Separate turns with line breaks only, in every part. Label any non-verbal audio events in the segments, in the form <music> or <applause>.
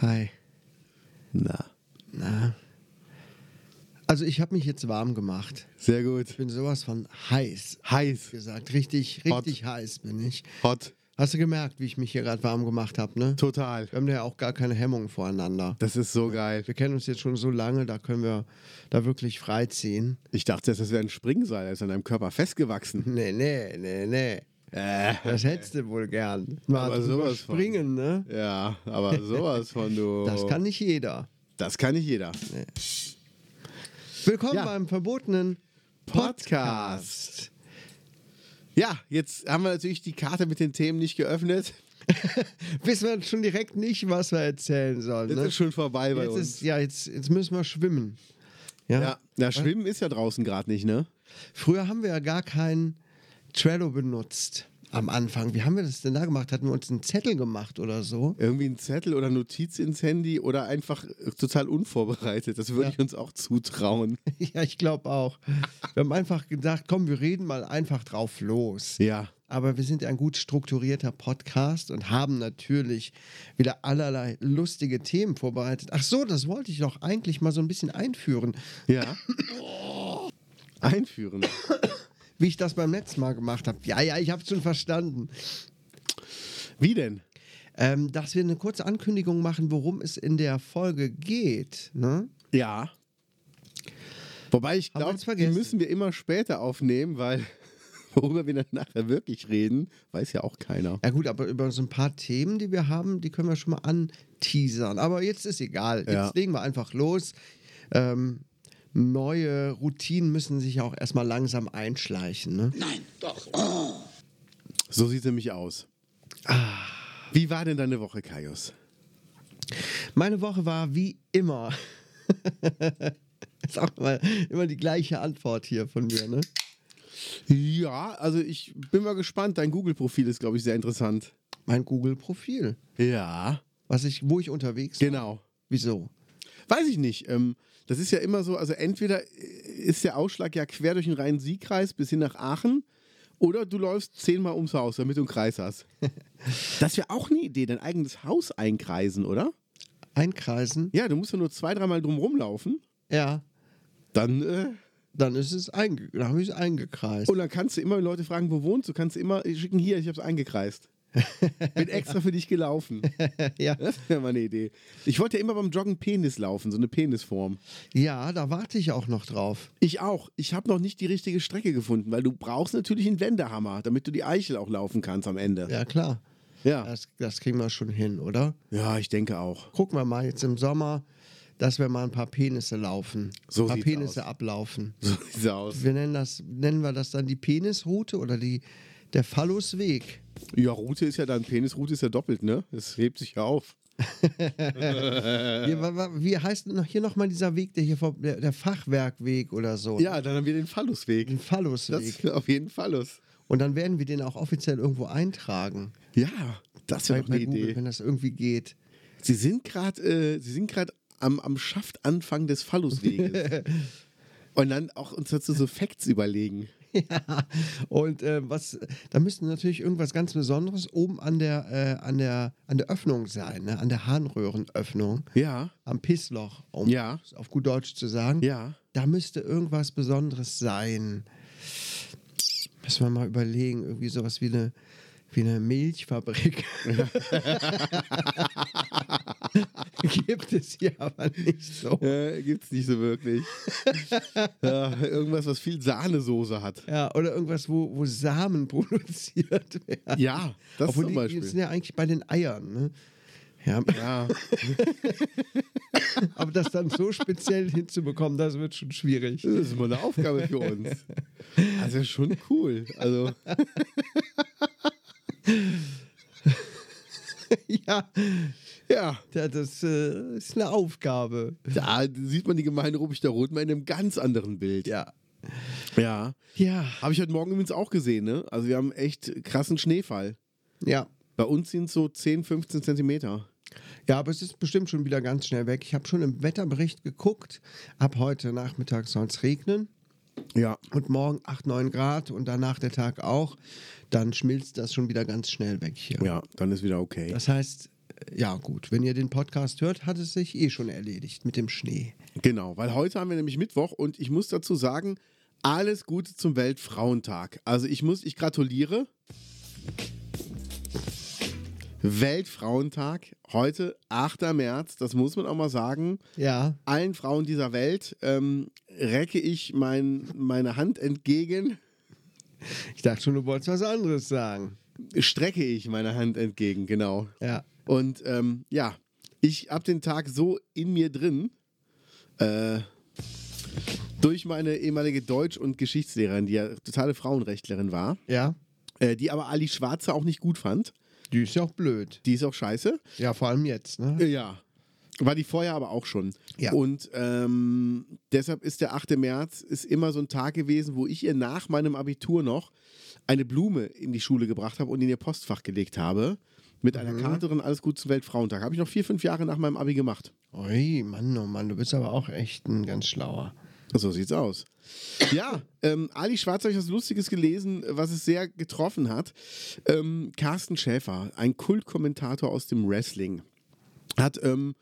Hi.
Na,
Na. Also ich habe mich jetzt warm gemacht.
sehr
Ich
gut.
bin sowas von heiß
Heiß.
gesagt. Richtig,
Hot.
richtig heiß bin ich.
Hot.
Hast du gemerkt, wie ich mich hier gerade warm gemacht habe, ne?
Total.
Wir haben da ja auch gar keine Hemmungen voreinander.
Das ist so geil.
Wir kennen uns jetzt schon so lange, da können wir da wirklich frei ziehen.
Ich dachte, erst, das wäre ein Springseil. Er ist an deinem Körper festgewachsen.
Nee, nee, nee, nee.
Äh.
Das hättest du wohl gern. Mal
Aber
drüber
sowas von. Oh.
springen, ne?
Ja, aber sowas von
<laughs>
du.
Das kann nicht jeder.
Das kann nicht jeder.
Willkommen
Ja.
beim verbotenen Podcast.
Podcast. Ja, jetzt haben wir natürlich die Karte mit den Themen nicht geöffnet.
Wissen wir schon direkt nicht, was wir erzählen sollen.
Jetzt
Ne?
ist schon vorbei bei
jetzt
uns.
ist, ja, jetzt, jetzt müssen wir schwimmen. Ja.
ja, na, Schwimmen ist ja draußen gerade nicht, ne?
Früher haben wir ja gar kein Trello benutzt am Anfang. Wie haben wir das denn da gemacht? Hatten wir uns einen Zettel gemacht oder so? <laughs>
Irgendwie ein Zettel oder Notiz ins Handy oder einfach äh, total unvorbereitet. Das würde
Ja.
ich uns auch zutrauen.
ja, ich glaube auch. Wir haben einfach gedacht, komm, wir reden mal einfach drauf los.
Ja.
Aber wir sind ein gut strukturierter Podcast und haben natürlich wieder allerlei lustige Themen vorbereitet. Ach so, das wollte ich doch eigentlich mal so ein bisschen einführen, <laughs>
Ja. Einführen.
wie ich das beim letzten Mal gemacht habe. Ja, ja, ich habe schon verstanden.
Wie denn?
Ähm, dass wir eine kurze Ankündigung machen, worum es in der Folge geht. Ne?
Ja. Wobei ich
Haben wir
glaube,
jetzt
die
vergessen.
müssen wir immer später aufnehmen, weil <laughs> worüber wir dann nachher wirklich reden, weiß ja auch keiner.
Ja gut, aber über so ein paar Themen, die wir haben, die können wir schon mal anteasern. Aber jetzt ist egal. Jetzt
Ja.
legen wir einfach los. Ähm, neue Routinen müssen sich auch erstmal langsam einschleichen. Ne?
So sieht sie mich aus. Ah. Wie war denn deine Woche, Kaius?
Meine Woche war wie immer. <laughs> ist auch immer, immer die gleiche Antwort hier von mir. Ne?
Ja, also ich bin mal gespannt. Dein Google-Profil ist, glaube ich, sehr interessant.
Mein Google-Profil.
Ja,
Was ich, wo ich unterwegs bin.
genau.
Wieso?
Weiß ich nicht. Ähm, das ist ja immer so, also entweder ist der Ausschlag ja quer durch den Rhein-Sieg-Kreis bis hin nach Aachen oder du läufst zehnmal ums Haus, damit du einen Kreis hast. <laughs> Das wäre auch eine Idee, dein eigenes Haus einkreisen, oder?
Einkreisen?
Ja, du musst ja nur zwei, dreimal drum rumlaufen,
Ja.
dann, äh,
Dann ist es einge dann habe ich es eingekreist.
und dann kannst du immer, wenn Leute fragen, wo wohnst du, kannst du immer äh, schicken, hier, ich hab's <laughs> eingekreist. Bin extra für dich gelaufen.
<laughs> ja.
Das wäre mal eine Idee. Ich wollte ja immer beim Joggen Penis laufen, so eine Penisform.
ja, da warte ich auch noch drauf.
Ich auch. Ich habe noch nicht die richtige Strecke gefunden, weil du brauchst natürlich einen Wendehammer, damit du die Eichel auch laufen kannst am Ende.
Ja, klar.
Ja,
Das, das kriegen wir schon hin, oder?
ja ich denke auch. <laughs>
Gucken wir mal jetzt im Sommer, dass wir mal ein paar Penisse laufen.
So
ein paar
sieht's
Penisse
aus.
ablaufen.
So sieht's aus.
Wir nennen, das, nennen wir das dann die Penisroute oder die, der Phallusweg.
Ja, Route ist ja dann, Penisroute ist ja doppelt, ne? Es hebt sich ja auf. Äh.
Hier, wa- wa- wie heißt denn noch hier nochmal dieser Weg, der hier vor, der, der Fachwerkweg oder so?
Ja, dann haben wir den Phallusweg.
Den Phallusweg.
Das ist auf jeden Phallus.
Und dann werden wir den auch offiziell irgendwo eintragen.
Ja, das wäre doch eine Idee.
wenn das irgendwie geht.
Sie sind gerade äh, Sie sind grad am, am Schaftanfang des Phallusweges. Und dann auch uns dazu so Facts überlegen.
<laughs> ja. Und äh, was, da müsste natürlich irgendwas ganz Besonderes oben an der, äh, an der, an der Öffnung sein, ne? an der Harnröhrenöffnung,
Ja,
am Pissloch, um
Ja.
es auf gut Deutsch zu sagen.
ja.
Da müsste irgendwas Besonderes sein. Müssen wir mal überlegen, irgendwie sowas wie eine, wie eine Milchfabrik. <laughs> Gibt es hier aber nicht so.
Äh, gibt's nicht so
<laughs>
wirklich. ja, irgendwas, was viel Sahnesoße hat.
Ja, oder irgendwas, wo, wo Samen produziert werden.
Ja, das
Obwohl
zum
die, die
Beispiel.
sind ja eigentlich bei den Eiern. Ne? Ja, <laughs>
ja.
aber das dann so speziell hinzubekommen, das wird schon schwierig.
<laughs> Das ist mal eine Aufgabe für uns. Also schon cool. Also,
ja,
ja.
ja, das äh, ist eine Aufgabe.
Da sieht man die Gemeinde Rubik der Rot mal in einem ganz anderen Bild.
Ja.
Ja.
Ja.
Habe ich heute Morgen übrigens auch gesehen, ne? Also wir haben echt krassen Schneefall.
Ja.
Bei uns sind so 10, 15 Zentimeter.
Ja, aber es ist bestimmt schon wieder ganz schnell weg. Ich habe schon im Wetterbericht geguckt. Ab heute Nachmittag soll es regnen
Ja.
und morgen 8, 9 Grad und danach der Tag auch. Dann schmilzt das schon wieder ganz schnell weg hier.
Ja, dann ist wieder okay.
Das heißt, äh, ja gut, wenn ihr den Podcast hört, hat es sich eh schon erledigt mit dem Schnee.
Genau, weil heute haben wir nämlich Mittwoch und ich muss dazu sagen, alles Gute zum Weltfrauentag. Also ich muss, ich gratuliere. Weltfrauentag, heute 8. März, das muss man auch mal sagen.
Ja,
Allen Frauen dieser Welt ähm, recke ich mein, meine Hand entgegen,
ich dachte schon, du wolltest was anderes sagen.
strecke ich meine Hand entgegen, genau.
Ja,
Und ähm, ja, ich habe den Tag so in mir drin, äh, durch meine ehemalige Deutsch- und Geschichtslehrerin, die ja totale Frauenrechtlerin war,
ja.
äh, die aber Ali Schwarze auch nicht gut fand.
Die ist ja auch blöd.
Die ist auch scheiße.
Ja, vor allem jetzt, ne?
Äh, Ja. War die vorher aber auch schon.
Ja.
Und ähm, deshalb ist der 8. März ist immer so ein Tag gewesen, wo ich ihr nach meinem Abitur noch eine Blume in die Schule gebracht habe und in ihr Postfach gelegt habe. Mit einer Karte drin, alles gut zum Weltfrauentag. Habe ich noch vier, fünf Jahre nach meinem Abi gemacht.
Ui, Mann, oh Mann, du bist aber auch echt ein ganz schlauer.
So sieht's aus. Ja, ähm, Ali Schwarz habe ich was Lustiges gelesen, was es sehr getroffen hat. Ähm, Carsten Schäfer, ein Kultkommentator aus dem Wrestling, hat ähm,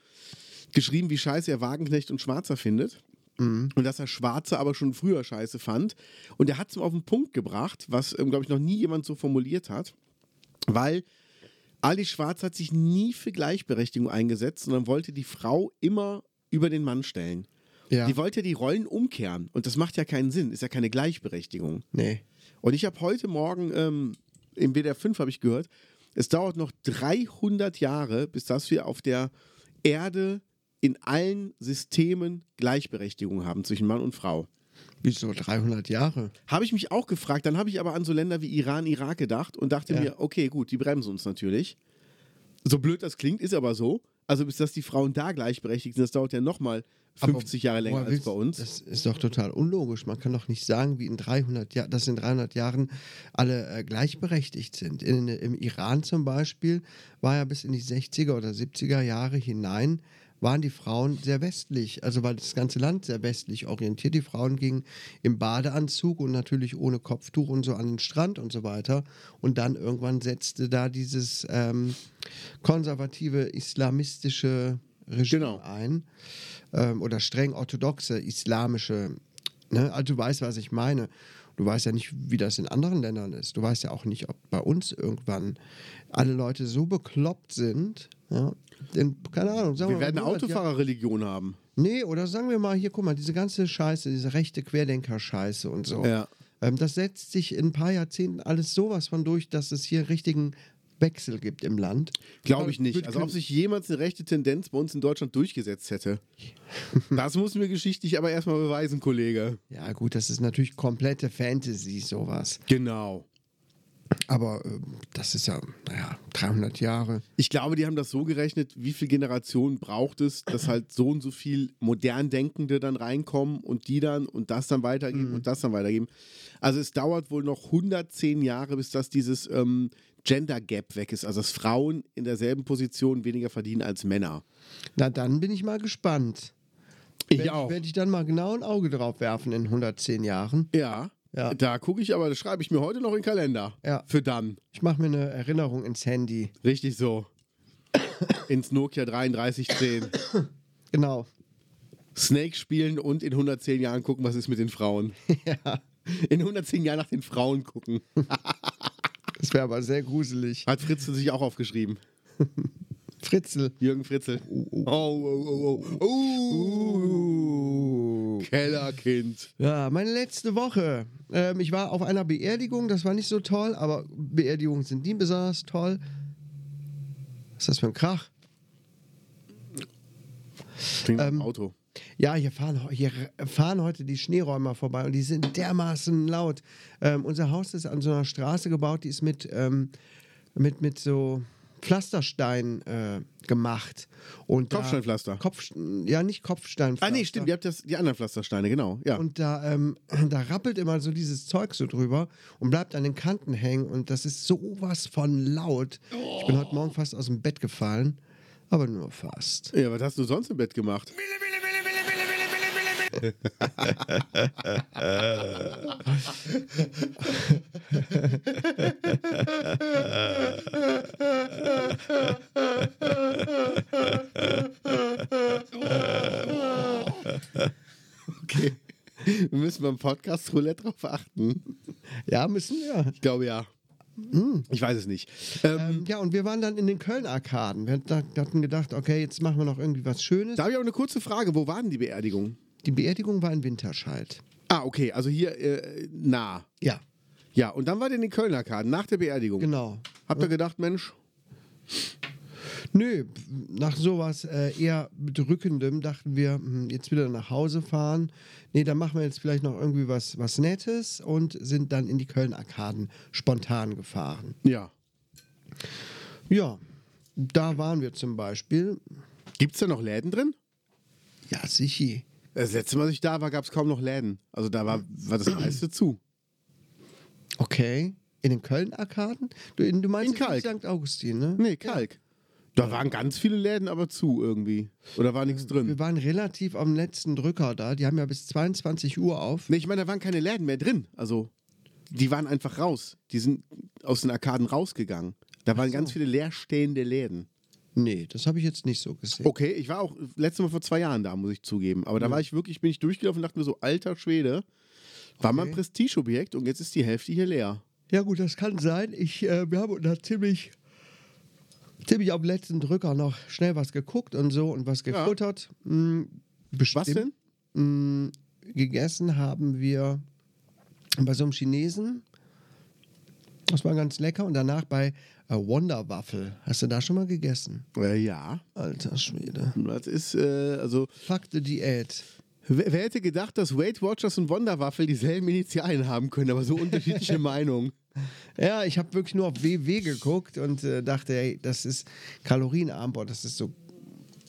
geschrieben, wie scheiße er Wagenknecht und Schwarzer findet. Und dass er Schwarze aber schon früher scheiße fand. Und er hat es auf den Punkt gebracht, was, ähm, glaube ich, noch nie jemand so formuliert hat. Weil Ali Schwarz hat sich nie für Gleichberechtigung eingesetzt, sondern wollte die Frau immer über den Mann stellen.
Ja.
Die wollte ja die Rollen umkehren und das macht ja keinen Sinn, ist ja keine Gleichberechtigung.
Nee.
Und ich habe heute Morgen ähm, im WDR 5 habe ich gehört, es dauert noch 300 Jahre, bis dass wir auf der Erde in allen Systemen Gleichberechtigung haben zwischen Mann und Frau.
Wieso 300 Jahre?
Habe ich mich auch gefragt, dann habe ich aber an so Länder wie Iran, Irak gedacht und dachte
Ja.
mir, okay, gut, die bremsen uns natürlich. So blöd das klingt, ist aber so. Also bis dass die Frauen da gleichberechtigt sind, das dauert ja nochmal 50 Jahre länger
Woher
als
willst-
bei uns.
Das ist doch total unlogisch. Man kann doch nicht sagen, wie in 300 Jahren, dass in 300 Jahren alle äh, gleichberechtigt sind. In, Im Iran zum Beispiel war ja bis in die 60er oder 70er Jahre hinein waren die Frauen sehr westlich, also war das ganze Land sehr westlich orientiert. Die Frauen gingen im Badeanzug und natürlich ohne Kopftuch und so an den Strand und so weiter. Und dann irgendwann setzte da dieses ähm, konservative islamistische Regime
Genau.
ein ähm, oder streng orthodoxe islamische, ne? also du weißt, was ich meine. Du weißt ja nicht, wie das in anderen Ländern ist. Du weißt ja auch nicht, ob bei uns irgendwann alle Leute so bekloppt sind. Ja? In, keine Ahnung. Sagen
Wir
mal,
werden eine
100 Jahren-
Autofahrerreligion haben.
Nee, oder sagen wir mal, hier, guck mal, diese ganze Scheiße, diese rechte Querdenker-Scheiße und so.
Ja.
Ähm, das setzt sich in ein paar Jahrzehnten alles sowas von durch, dass es hier richtigen Wechsel gibt im Land.
Glaube ich nicht.
Wird
Also ob
kein-
sich jemals eine rechte Tendenz bei uns in Deutschland durchgesetzt hätte. Das muss mir geschichtlich aber erstmal beweisen, Kollege.
ja, gut, das ist natürlich komplette Fantasy, sowas.
Genau.
Aber äh, das ist ja, naja, 300 Jahre.
Ich glaube, die haben das so gerechnet, wie viele Generationen braucht es, dass halt so und so viel modern Denkende dann reinkommen und die dann und das dann weitergeben und das dann weitergeben. Also es dauert wohl noch 110 Jahre, bis das dieses ähm, Gender Gap weg ist. Also dass Frauen in derselben Position weniger verdienen als Männer.
Na, dann bin ich mal gespannt. Werd- Werd ich dann mal genau ein Auge drauf werfen in 110 Jahren.
Ja,
Ja.
Da gucke ich aber, das schreibe ich mir heute noch in den Kalender.
Ja.
Für dann.
Ich mache mir eine Erinnerung ins Handy.
Richtig so. Ins Nokia 3310.
Genau.
Snake spielen und in 110 Jahren gucken, was ist mit den Frauen.
<laughs> Ja.
In 110 Jahren nach den Frauen gucken.
Das wäre aber sehr gruselig.
Hat Fritzl sich auch aufgeschrieben.
Fritzel.
Jürgen Fritzl. Oh, oh, oh, oh. oh.
Uh.
Kellerkind.
Ja, Ah, meine letzte Woche. Ähm, ich war auf einer Beerdigung, das war nicht so toll, aber Beerdigungen sind nie besonders toll. Was ist das für ein Krach?
Klingt nach einem Auto.
Ja, hier fahren, hier fahren heute die Schneeräumer vorbei und die sind dermaßen laut. Ähm, unser Haus ist an so einer Straße gebaut, die ist mit, ähm, mit, mit so Pflasterstein äh, gemacht. Und da-
Kopfsteinpflaster.
Kopf, ja, nicht Kopfsteinpflaster.
Ah, nee, stimmt. Ihr habt das, die anderen Pflastersteine, genau. Ja.
Und da, ähm, <clears throat> da rappelt immer so dieses Zeug so drüber und bleibt an den Kanten hängen. Und das ist sowas von laut. Ich bin
Oh.
heute Morgen fast aus dem Bett gefallen, aber nur fast.
ja, was hast du sonst im Bett gemacht? Okay. Wir müssen beim Podcast Roulette drauf achten.
Ja, müssen wir.
Ich glaube ja. Ich weiß es nicht. Ähm,
Ähm, ja, und wir waren dann in den Köln-Arkaden. Wir da- hatten gedacht, okay, jetzt machen wir noch irgendwie was Schönes.
da habe ich aber eine kurze Frage. Wo waren die Beerdigungen?
Die Beerdigung war in Winterscheid.
Ah, okay. Also hier äh, nah.
Ja,
Ja, und dann war der in den Kölner Kaden nach der Beerdigung.
genau.
Habt ihr gedacht, Mensch,
Nö, nach sowas äh, eher bedrückendem dachten wir, hm, jetzt wieder nach Hause fahren. Nee, dann machen wir jetzt vielleicht noch irgendwie was, was Nettes und sind dann in die Köln-Arkaden spontan gefahren.
ja.
Ja, da waren wir zum Beispiel.
Gibt es da noch Läden drin?
Ja, sicher.
Das letzte Mal, als ich da war, gab es kaum noch Läden. Also da war, war das meiste zu.
Okay. In den Köln-Arkaden? Du, du meinst
In
jetzt nicht
Kalk.
St. Augustin, ne?
Nee, Kalk. Da waren ganz viele Läden, aber zu irgendwie. Oder war nichts drin?
Wir waren relativ am letzten Drücker da. Die haben ja bis 22 Uhr auf.
Nee, ich meine, da waren keine Läden mehr drin. Also, die waren einfach raus. Die sind aus den Arkaden rausgegangen. Da waren ganz viele leerstehende Läden.
Nee, das habe ich jetzt nicht so gesehen.
Okay, ich war auch letztes Mal vor zwei Jahren da, muss ich zugeben. Aber da war ich wirklich, bin ich durchgelaufen und dachte mir so, alter Schwede, war mal ein
Okay.
Prestigeobjekt und jetzt ist die Hälfte hier leer.
Ja gut, das kann sein. Ich, äh, wir haben da ziemlich, ziemlich am letzten Drücker noch schnell was geguckt und so und was gefuttert. Hm,
Was
bestimmt.
denn?
Hm, gegessen haben wir bei so einem Chinesen. Das war ganz lecker. Und danach bei äh, Wonder Waffel. Hast du da schon mal gegessen?
Äh, ja.
Alter Schwede.
Das ist, äh, also,
Fuck the Diät.
wer, wer hätte gedacht, dass Weight Watchers und Wonderwaffel dieselben Initialen haben können, aber <laughs> so unterschiedliche Meinungen.
Ja, ich habe wirklich nur auf WW geguckt und äh, dachte, hey, das ist kalorienarm, boah, das ist so,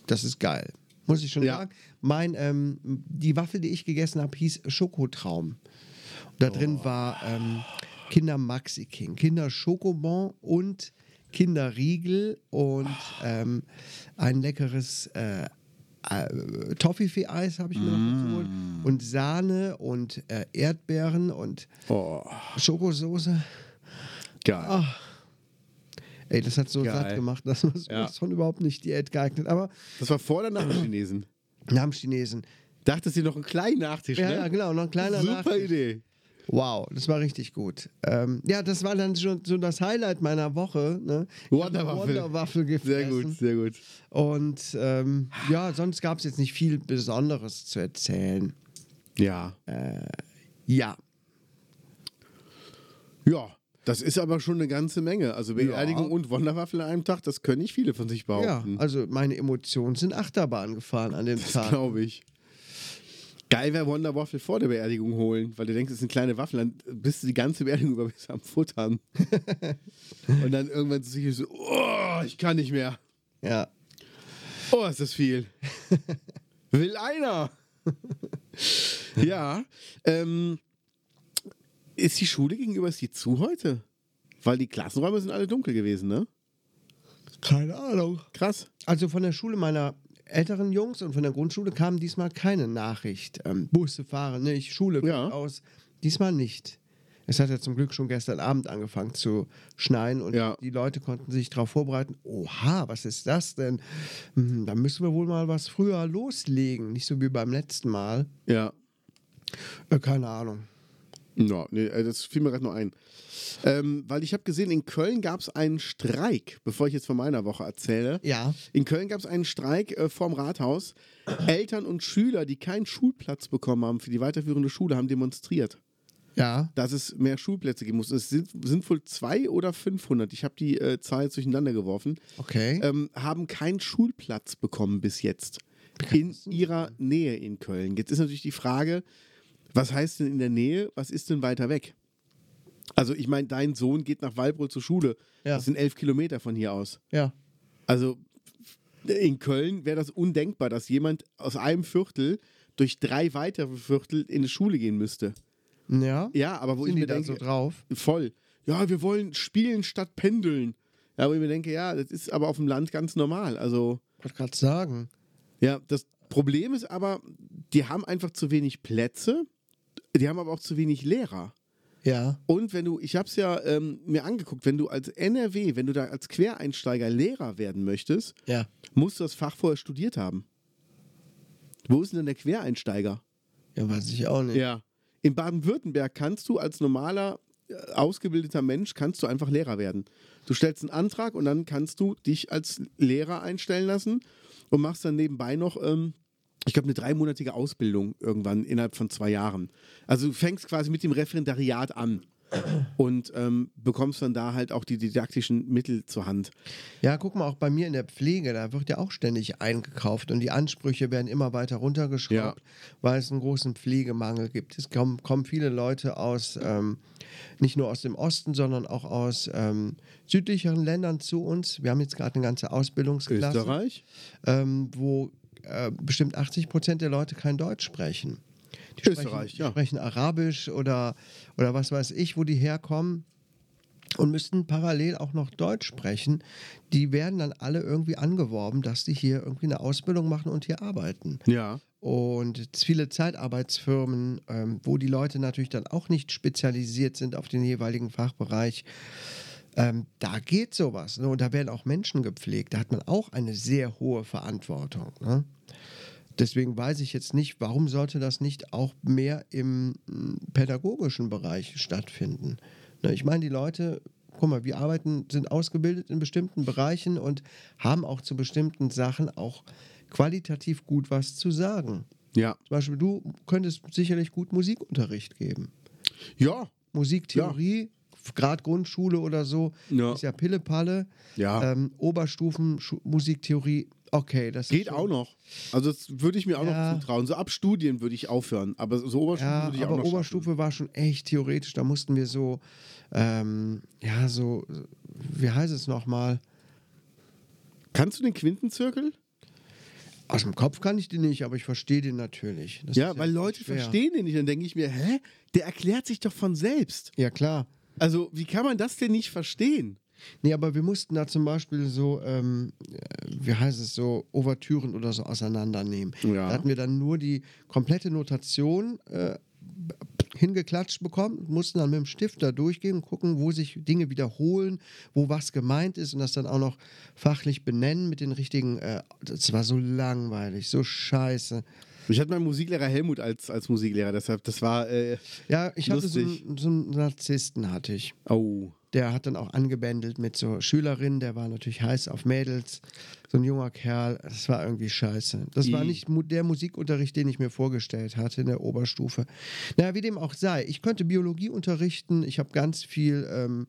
das ist geil. Muss ich schon
Ja.
sagen. Mein, ähm, die Waffel, die ich gegessen habe, hieß Schokotraum. Und da drin war ähm, Kinder Maxi King, Kinder Schokobon und Kinderriegel und ähm, ein leckeres äh, äh, Toffifee-Eis habe ich mir noch dazu geholt und Sahne und äh, Erdbeeren und
Oh,
Schokosoße.
geil.
Ey, das hat so
Geil.
satt gemacht, dass man
Ja.
das von überhaupt nicht Diät geeignet. Aber
Das war vor oder nach dem Chinesen.
Namen Chinesen.
Dachtest du noch einen kleinen Nachtisch,
Ja,
ne?
ja, genau, noch ein kleiner
Super
Nachtisch.
Idee.
Wow, das war richtig gut. Ähm, ja, das war dann schon so das Highlight meiner Woche. Ne? Ich hab eine
Wonderwaffel.
Wonderwaffel gefressen.
Sehr gut, sehr gut.
Und ähm, ja, sonst gab es jetzt nicht viel Besonderes zu erzählen.
Ja.
Ja.
Ja, das ist aber schon eine ganze Menge. Also Beerdigung
Ja.
und Wonderwaffel an einem Tag, das können nicht viele von sich
Ja,
behaupten.
also meine Emotionen sind Achterbahn gefahren an dem
das
Tag.
glaube ich. Geil wäre Wonderwaffel vor der Beerdigung holen, weil du denkst, es sind kleine Waffeln, dann bist du die ganze Beerdigung über bis am
<laughs>
Futtern. und dann irgendwann sich so, oh, ich kann nicht mehr.
Ja.
Oh, ist
<laughs>
das viel. Will einer. ja. Ähm, ist die Schule gegenüber, ist die zu heute? Weil die Klassenräume sind alle dunkel gewesen, ne?
Keine Ahnung.
Krass.
Also von der Schule meiner älteren Jungs und von der Grundschule kam diesmal keine Nachricht. Ähm, Busse fahren nicht, Schule fällt
Ja.
aus. Diesmal nicht. Es hat ja zum Glück schon gestern Abend angefangen zu schneien und
Ja.
die Leute konnten sich darauf vorbereiten. Oha, was ist das denn? Hm, da müssen wir wohl mal was früher loslegen. Nicht so wie beim letzten Mal.
Ja.
Äh, keine Ahnung.
No, nee, äh, das fiel mir gerade nur ein. Ähm, weil ich habe gesehen, in Köln gab es einen Streik, bevor ich jetzt von meiner Woche erzähle.
Ja.
In Köln gab es einen Streik äh, vorm Rathaus. Eltern und Schüler, die keinen Schulplatz bekommen haben für die weiterführende Schule, haben demonstriert,
Ja.
dass es mehr Schulplätze geben muss. Es sind, sind wohl zwei oder 500. Ich habe die äh, Zahl jetzt durcheinander geworfen.
Okay.
Ähm, haben keinen Schulplatz bekommen bis jetzt. In ihrer Nähe in Köln. Jetzt ist natürlich die Frage, was heißt denn in der Nähe, was ist denn weiter weg? Also ich meine, dein Sohn geht nach Walbrüll zur Schule.
Ja.
Das sind elf Kilometer von hier aus.
ja.
Also in Köln wäre das undenkbar, dass jemand aus einem Viertel durch drei weitere Viertel in eine Schule gehen müsste.
Ja.
Ja, aber wo
Sind
ich
die
mir
da
denke,
so drauf?
voll. Ja, wir wollen spielen statt pendeln. Ja, wo ich mir denke, ja, das ist aber auf dem Land ganz normal. Also
Ich wollte gerade sagen.
ja, das Problem ist aber, die haben einfach zu wenig Plätze. Die haben aber auch zu wenig Lehrer.
Ja.
Und wenn du, ich habe es ja ähm, mir angeguckt, wenn du als NRW, wenn du da als Quereinsteiger Lehrer werden möchtest,
Ja.
musst du das Fach vorher studiert haben. Wo ist denn der Quereinsteiger?
Ja, weiß ich auch nicht.
Ja. In Baden-Württemberg kannst du als normaler, äh, ausgebildeter Mensch, kannst du einfach Lehrer werden. Du stellst einen Antrag und dann kannst du dich als Lehrer einstellen lassen und machst dann nebenbei noch, ähm, ich glaube, eine dreimonatige Ausbildung irgendwann innerhalb von zwei Jahren. Also du fängst quasi mit dem Referendariat an und ähm, bekommst dann da halt auch die didaktischen Mittel zur Hand.
Ja, guck mal, auch bei mir in der Pflege, da wird ja auch ständig eingekauft und die Ansprüche werden immer weiter runtergeschraubt, weil es einen großen Pflegemangel gibt. Es kommen, kommen viele Leute aus, ähm, nicht nur aus dem Osten, sondern auch aus ähm, südlicheren Ländern zu uns. Wir haben jetzt gerade eine ganze Ausbildungsklasse,
Österreich?
Ähm, wo äh, bestimmt 80 Prozent der Leute kein Deutsch sprechen. Die
Österreich,
sprechen,
ja.
Die sprechen Arabisch oder, oder was weiß ich, wo die herkommen und müssten parallel auch noch Deutsch sprechen. Die werden dann alle irgendwie angeworben, dass die hier irgendwie eine Ausbildung machen und hier arbeiten.
Ja.
Und viele Zeitarbeitsfirmen, ähm, wo die Leute natürlich dann auch nicht spezialisiert sind auf den jeweiligen Fachbereich, ähm, da geht sowas. Ne? Und da werden auch Menschen gepflegt. Da hat man auch eine sehr hohe Verantwortung. Ne? Deswegen weiß ich jetzt nicht, warum sollte das nicht auch mehr im m, pädagogischen Bereich stattfinden. Ne, Ich meine, die Leute, guck mal, wir arbeiten, sind ausgebildet in bestimmten Bereichen und haben auch zu bestimmten Sachen auch qualitativ gut was zu sagen.
Ja.
Zum Beispiel, du könntest sicherlich gut Musikunterricht geben.
Ja.
Musiktheorie, Grad Grundschule oder so,
Ja.
ist ja Pillepalle.
Ja.
Ähm, Oberstufen, Schu Musiktheorie, okay, das ist
Geht
schon-
auch noch. Also das würde ich mir auch
Ja.
noch zutrauen. So ab Studien würde ich aufhören, aber so Oberstufe
Ja,
würde ich auch
aber
noch
Oberstufe war schon echt theoretisch. Da mussten wir so, ähm, ja, so, wie heißt es nochmal?
schaffen. Kannst du den Quintenzirkel?
Aus dem Kopf kann ich den nicht, aber ich verstehe den natürlich. Das ist
ja, weil Leute
schwer.
verstehen den nicht. Dann denke ich mir, hä? Der erklärt sich doch von selbst.
Ja, klar.
Also wie kann man das denn nicht verstehen?
Nee, aber wir mussten da zum Beispiel so, ähm, äh, wie heißt es so, Ouvertüren oder so auseinandernehmen.
Ja.
Da hatten wir dann nur die komplette Notation äh, b- hingeklatscht bekommen, und mussten dann mit dem Stift da durchgehen und gucken, wo sich Dinge wiederholen, wo was gemeint ist und das dann auch noch fachlich benennen mit den richtigen. Äh, das war so langweilig, so scheiße.
Ich hatte meinen Musiklehrer Helmut als, als Musiklehrer, deshalb, das war, äh,
Ja, ich hatte so
Lustig.
einen, so einen Narzissten, hatte ich.
oh.
Der hat dann auch angebändelt mit so Schülerinnen, der war natürlich heiß auf Mädels, so ein junger Kerl, das war irgendwie scheiße. Das war
I.
nicht mu- der Musikunterricht, den ich mir vorgestellt hatte in der Oberstufe. Naja, wie dem auch sei, ich könnte Biologie unterrichten, ich habe ganz viel ähm,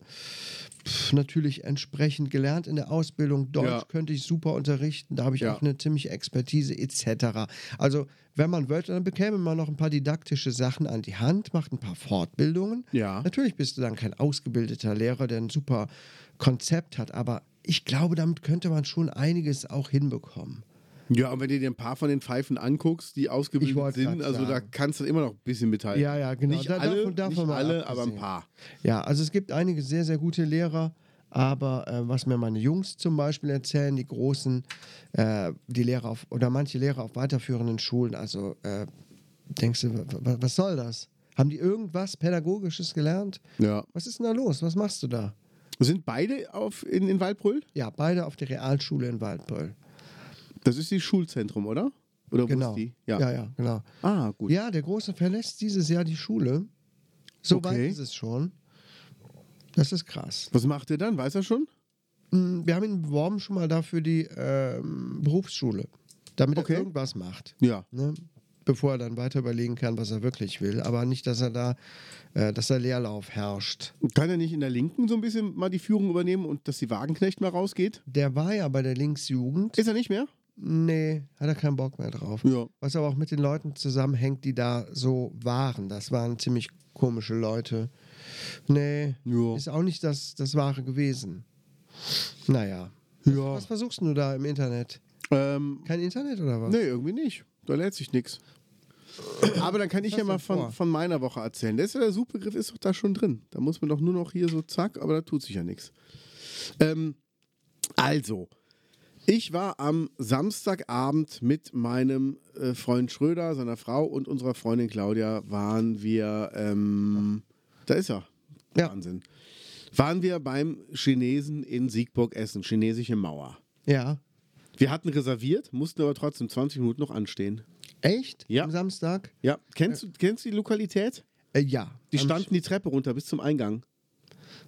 pf, natürlich entsprechend gelernt in der Ausbildung. Deutsch
Ja.
könnte ich super unterrichten, da habe ich
Ja.
auch eine ziemliche Expertise etc. Also wenn man wollte, dann bekäme man noch ein paar didaktische Sachen an die Hand, macht ein paar Fortbildungen.
Ja.
Natürlich bist du dann kein ausgebildeter Lehrer, der ein super Konzept hat, aber ich glaube, damit könnte man schon einiges auch hinbekommen.
Ja, und wenn du dir ein paar von den Pfeifen anguckst, die
Ich
ausgebildet
wollte
sind,
grad
also da
sagen.
kannst du immer noch ein bisschen mithalten.
Ja, ja, genau.
Nicht
Da-
alle,
davon- davon
nicht
mal
alle aber ein
abgesehen.
paar.
Ja, also es gibt einige sehr, sehr gute Lehrer, aber äh, was mir meine Jungs zum Beispiel erzählen, die großen, äh, die Lehrer auf, oder manche Lehrer auf weiterführenden Schulen, also äh, denkst du, wa- wa- was soll das? Haben die irgendwas Pädagogisches gelernt?
Ja.
Was ist denn da los? Was machst du da?
Sind beide auf, in, in Waldbrüll?
Ja, beide auf der Realschule in Waldbröl.
Das ist die Schulzentrum, oder? Oder wo
Genau.
ist die?
Ja. ja, genau.
Ah, gut.
Ja, der Große verlässt dieses Jahr die Schule. So weit
Okay.
ist es schon. Das ist krass.
Was macht er dann? Weiß er schon?
Mm, Wir haben ihn beworben schon mal dafür die ähm, Berufsschule, damit
Okay.
er irgendwas macht.
Ja.
Ne? Bevor er dann weiter überlegen kann, was er wirklich will. Aber nicht, dass er da, äh, dass da Leerlauf herrscht.
Kann er nicht in der Linken so ein bisschen mal die Führung übernehmen und dass die Wagenknecht mal rausgeht?
Der war ja bei der Linksjugend.
Ist er nicht mehr?
Nee, hat er keinen Bock mehr drauf.
Ja.
Was aber auch mit den Leuten zusammenhängt, die da so waren. Das waren ziemlich komische Leute. Nee,
Ja.
ist auch nicht das, das Wahre gewesen. Naja.
Ja.
Was versuchst du da im Internet?
Ähm,
Kein Internet oder was?
nee, irgendwie nicht. Da lädt sich nichts. Aber dann kann ich
hast
ja
du
mal
denn
von,
vor?
von meiner Woche erzählen. Der, ist ja, der Suchbegriff ist doch da schon drin. Da muss man doch nur noch hier so zack, aber da tut sich ja nichts. Ähm, also, ich war am Samstagabend mit meinem äh, Freund Schröder, seiner Frau und unserer Freundin Claudia waren wir, ähm, da ist er,
Ja.
Wahnsinn, waren wir beim Chinesen in Siegburg essen, chinesische Mauer.
Ja.
Wir hatten reserviert, mussten aber trotzdem 20 Minuten noch anstehen.
Echt?
Ja.
Am Samstag?
Ja, kennst du kennst du die Lokalität?
Äh, ja.
Die
Am
standen die Treppe runter bis zum Eingang.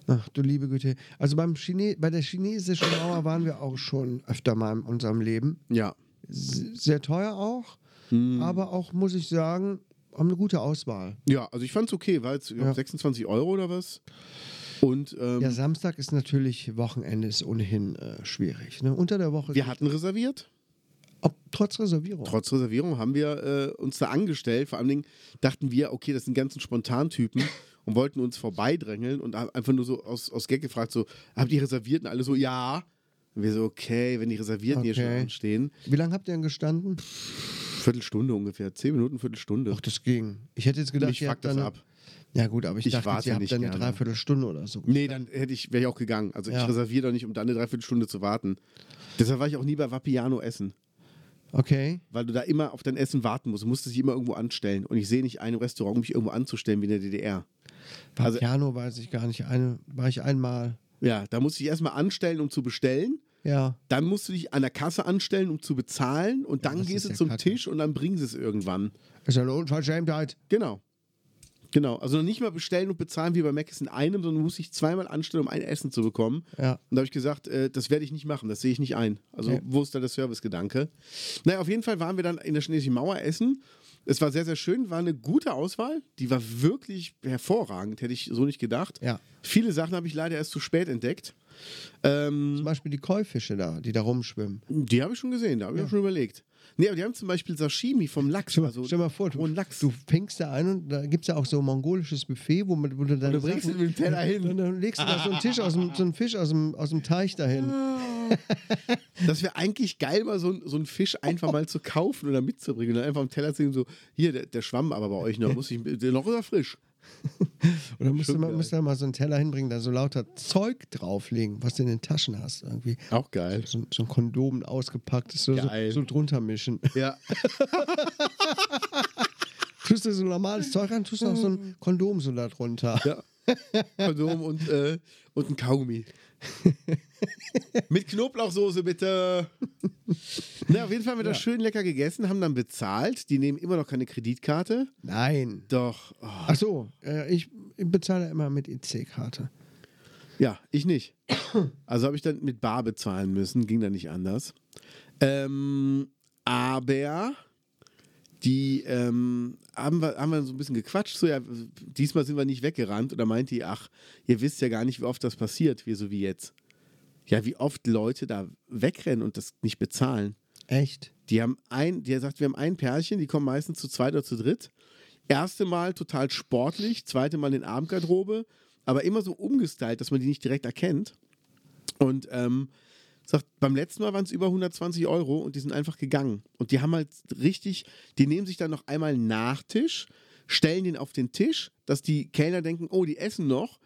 Ach, du liebe Güte. Also beim Chine bei der chinesischen Mauer waren wir auch schon öfter mal in unserem Leben.
Ja.
S- Sehr teuer auch,
Hm.
aber auch, muss ich sagen, haben eine gute Auswahl.
Ja, also ich fand's okay, weil es
Ja.
26 Euro oder was. Und ähm,
Ja, Samstag ist natürlich, Wochenende ist ohnehin äh, schwierig. Ne? Unter der Woche,
wir hatten reserviert.
ob, trotz Reservierung.
Trotz Reservierung haben wir äh, uns da angestellt. Vor allen Dingen dachten wir, okay, das sind
<laughs>
ganzen Spontantypen und wollten uns vorbeidrängeln und haben einfach nur so aus, aus Gag gefragt: so, habt ihr reserviert? Und alle so, ja. Und wir so, okay, wenn die Reservierten hier schon
Okay.
anstehen.
Wie lange habt ihr denn gestanden?
Viertelstunde ungefähr, zehn Minuten, Viertelstunde.
Ach, das ging. Ich hätte jetzt gedacht,
Mich
ihr
fuckt
habt
das
dann-
ab.
Ja gut, aber ich,
Ich
dachte,
warte
jetzt, ihr habt
nicht
dann eine
gerne.
Dreiviertelstunde oder so.
Nee, dann hätte ich, wäre ich auch gegangen. Also
Ja.
ich reserviere doch nicht, um dann eine Dreiviertelstunde zu warten. Deshalb war ich auch nie bei Vapiano essen,
Okay.
weil du da immer auf dein Essen warten musst. Du musst dich immer irgendwo anstellen. Und ich sehe nicht ein Restaurant, um mich irgendwo anzustellen wie in der DDR. Also-
Piano weiß ich gar nicht. Eine, war ich einmal.
Ja, da musst du dich erstmal anstellen, um zu bestellen.
Ja.
Dann musst du dich an der Kasse anstellen, um zu bezahlen. Und dann
das ist
gehst du
ja
zum
Kacke.
Tisch und dann bringen sie es irgendwann.
Ist eine Unverschämtheit.
Genau. Genau. Also noch nicht mal bestellen und bezahlen wie bei Mc's in einem, sondern du musst dich zweimal anstellen, um ein Essen zu bekommen.
Ja.
Und da habe ich gesagt, äh, das werde ich nicht machen, das sehe ich nicht ein. Also
Nee.
wo ist da der Servicegedanke? Naja, auf jeden Fall waren wir dann in der chinesischen Mauer essen. Es war sehr, sehr schön, war eine gute Auswahl. Die war wirklich hervorragend, hätte ich so nicht gedacht.
Ja.
Viele Sachen habe ich leider erst zu spät entdeckt. Ähm,
Zum Beispiel die Koi-Fische da, die da rumschwimmen.
die habe ich schon gesehen, da habe ich auch schon überlegt. Nee, aber die haben zum Beispiel Sashimi vom Lachs. Also,
Stell dir mal vor, du,
rohen Lachs.
du fängst da ein und da gibt es ja auch so ein mongolisches Buffet, wo, mit- wo du dann.
du bringst ihn mit dem Teller hin.
Und dann legst du da so einen, Tisch aus dem, so einen Fisch aus dem, aus dem Teich
Ah.
dahin.
Das wäre eigentlich geil, mal so, ein- so einen Fisch einfach mal zu kaufen oder mitzubringen. Und dann einfach am Teller zu sehen, so, hier, der, der schwamm aber bei euch noch, muss ich, der noch ist er frisch.
Oder musst du,
Schon
mal,
geil.
musst du da mal so einen Teller hinbringen, da so lauter Zeug drauflegen, was du in den Taschen hast irgendwie.
Auch geil.
So, so ein Kondom ausgepackt, so, so,
Geil.
so drunter mischen. <laughs>
Ja.
Tust du so normales Zeug an, tust noch so ein Kondom so da drunter.
Ja. Kondom und, äh, und ein Kaugummi. Mit Knoblauchsoße bitte. Na, auf jeden Fall haben wir das schön lecker gegessen, haben dann bezahlt. Die nehmen immer noch keine Kreditkarte.
Nein.
Doch, oh,
Ach so, äh, ich, ich bezahle immer mit E EC-Karte.
ja, ich nicht. Also habe ich dann mit Bar bezahlen müssen, ging da nicht anders. Ähm, aber die ähm, haben, wir, haben wir so ein bisschen gequatscht. So, ja, diesmal sind wir nicht weggerannt. Und da meint die, ach, ihr wisst ja gar nicht, wie oft das passiert, wir so wie jetzt. Ja, wie oft Leute da wegrennen und das nicht bezahlen.
Echt?
Die haben ein, der sagt, wir haben ein Pärchen, die kommen meistens zu zweit oder zu dritt. Erste Mal total sportlich, zweite Mal in Abendgarderobe, aber immer so umgestylt, dass man die nicht direkt erkennt. Und ähm, sagt, beim letzten Mal waren es über 120 Euro und die sind einfach gegangen. Und die haben halt richtig, die nehmen sich dann noch einmal einen Nachtisch, stellen den auf den Tisch, dass die Kellner denken, oh, die essen noch.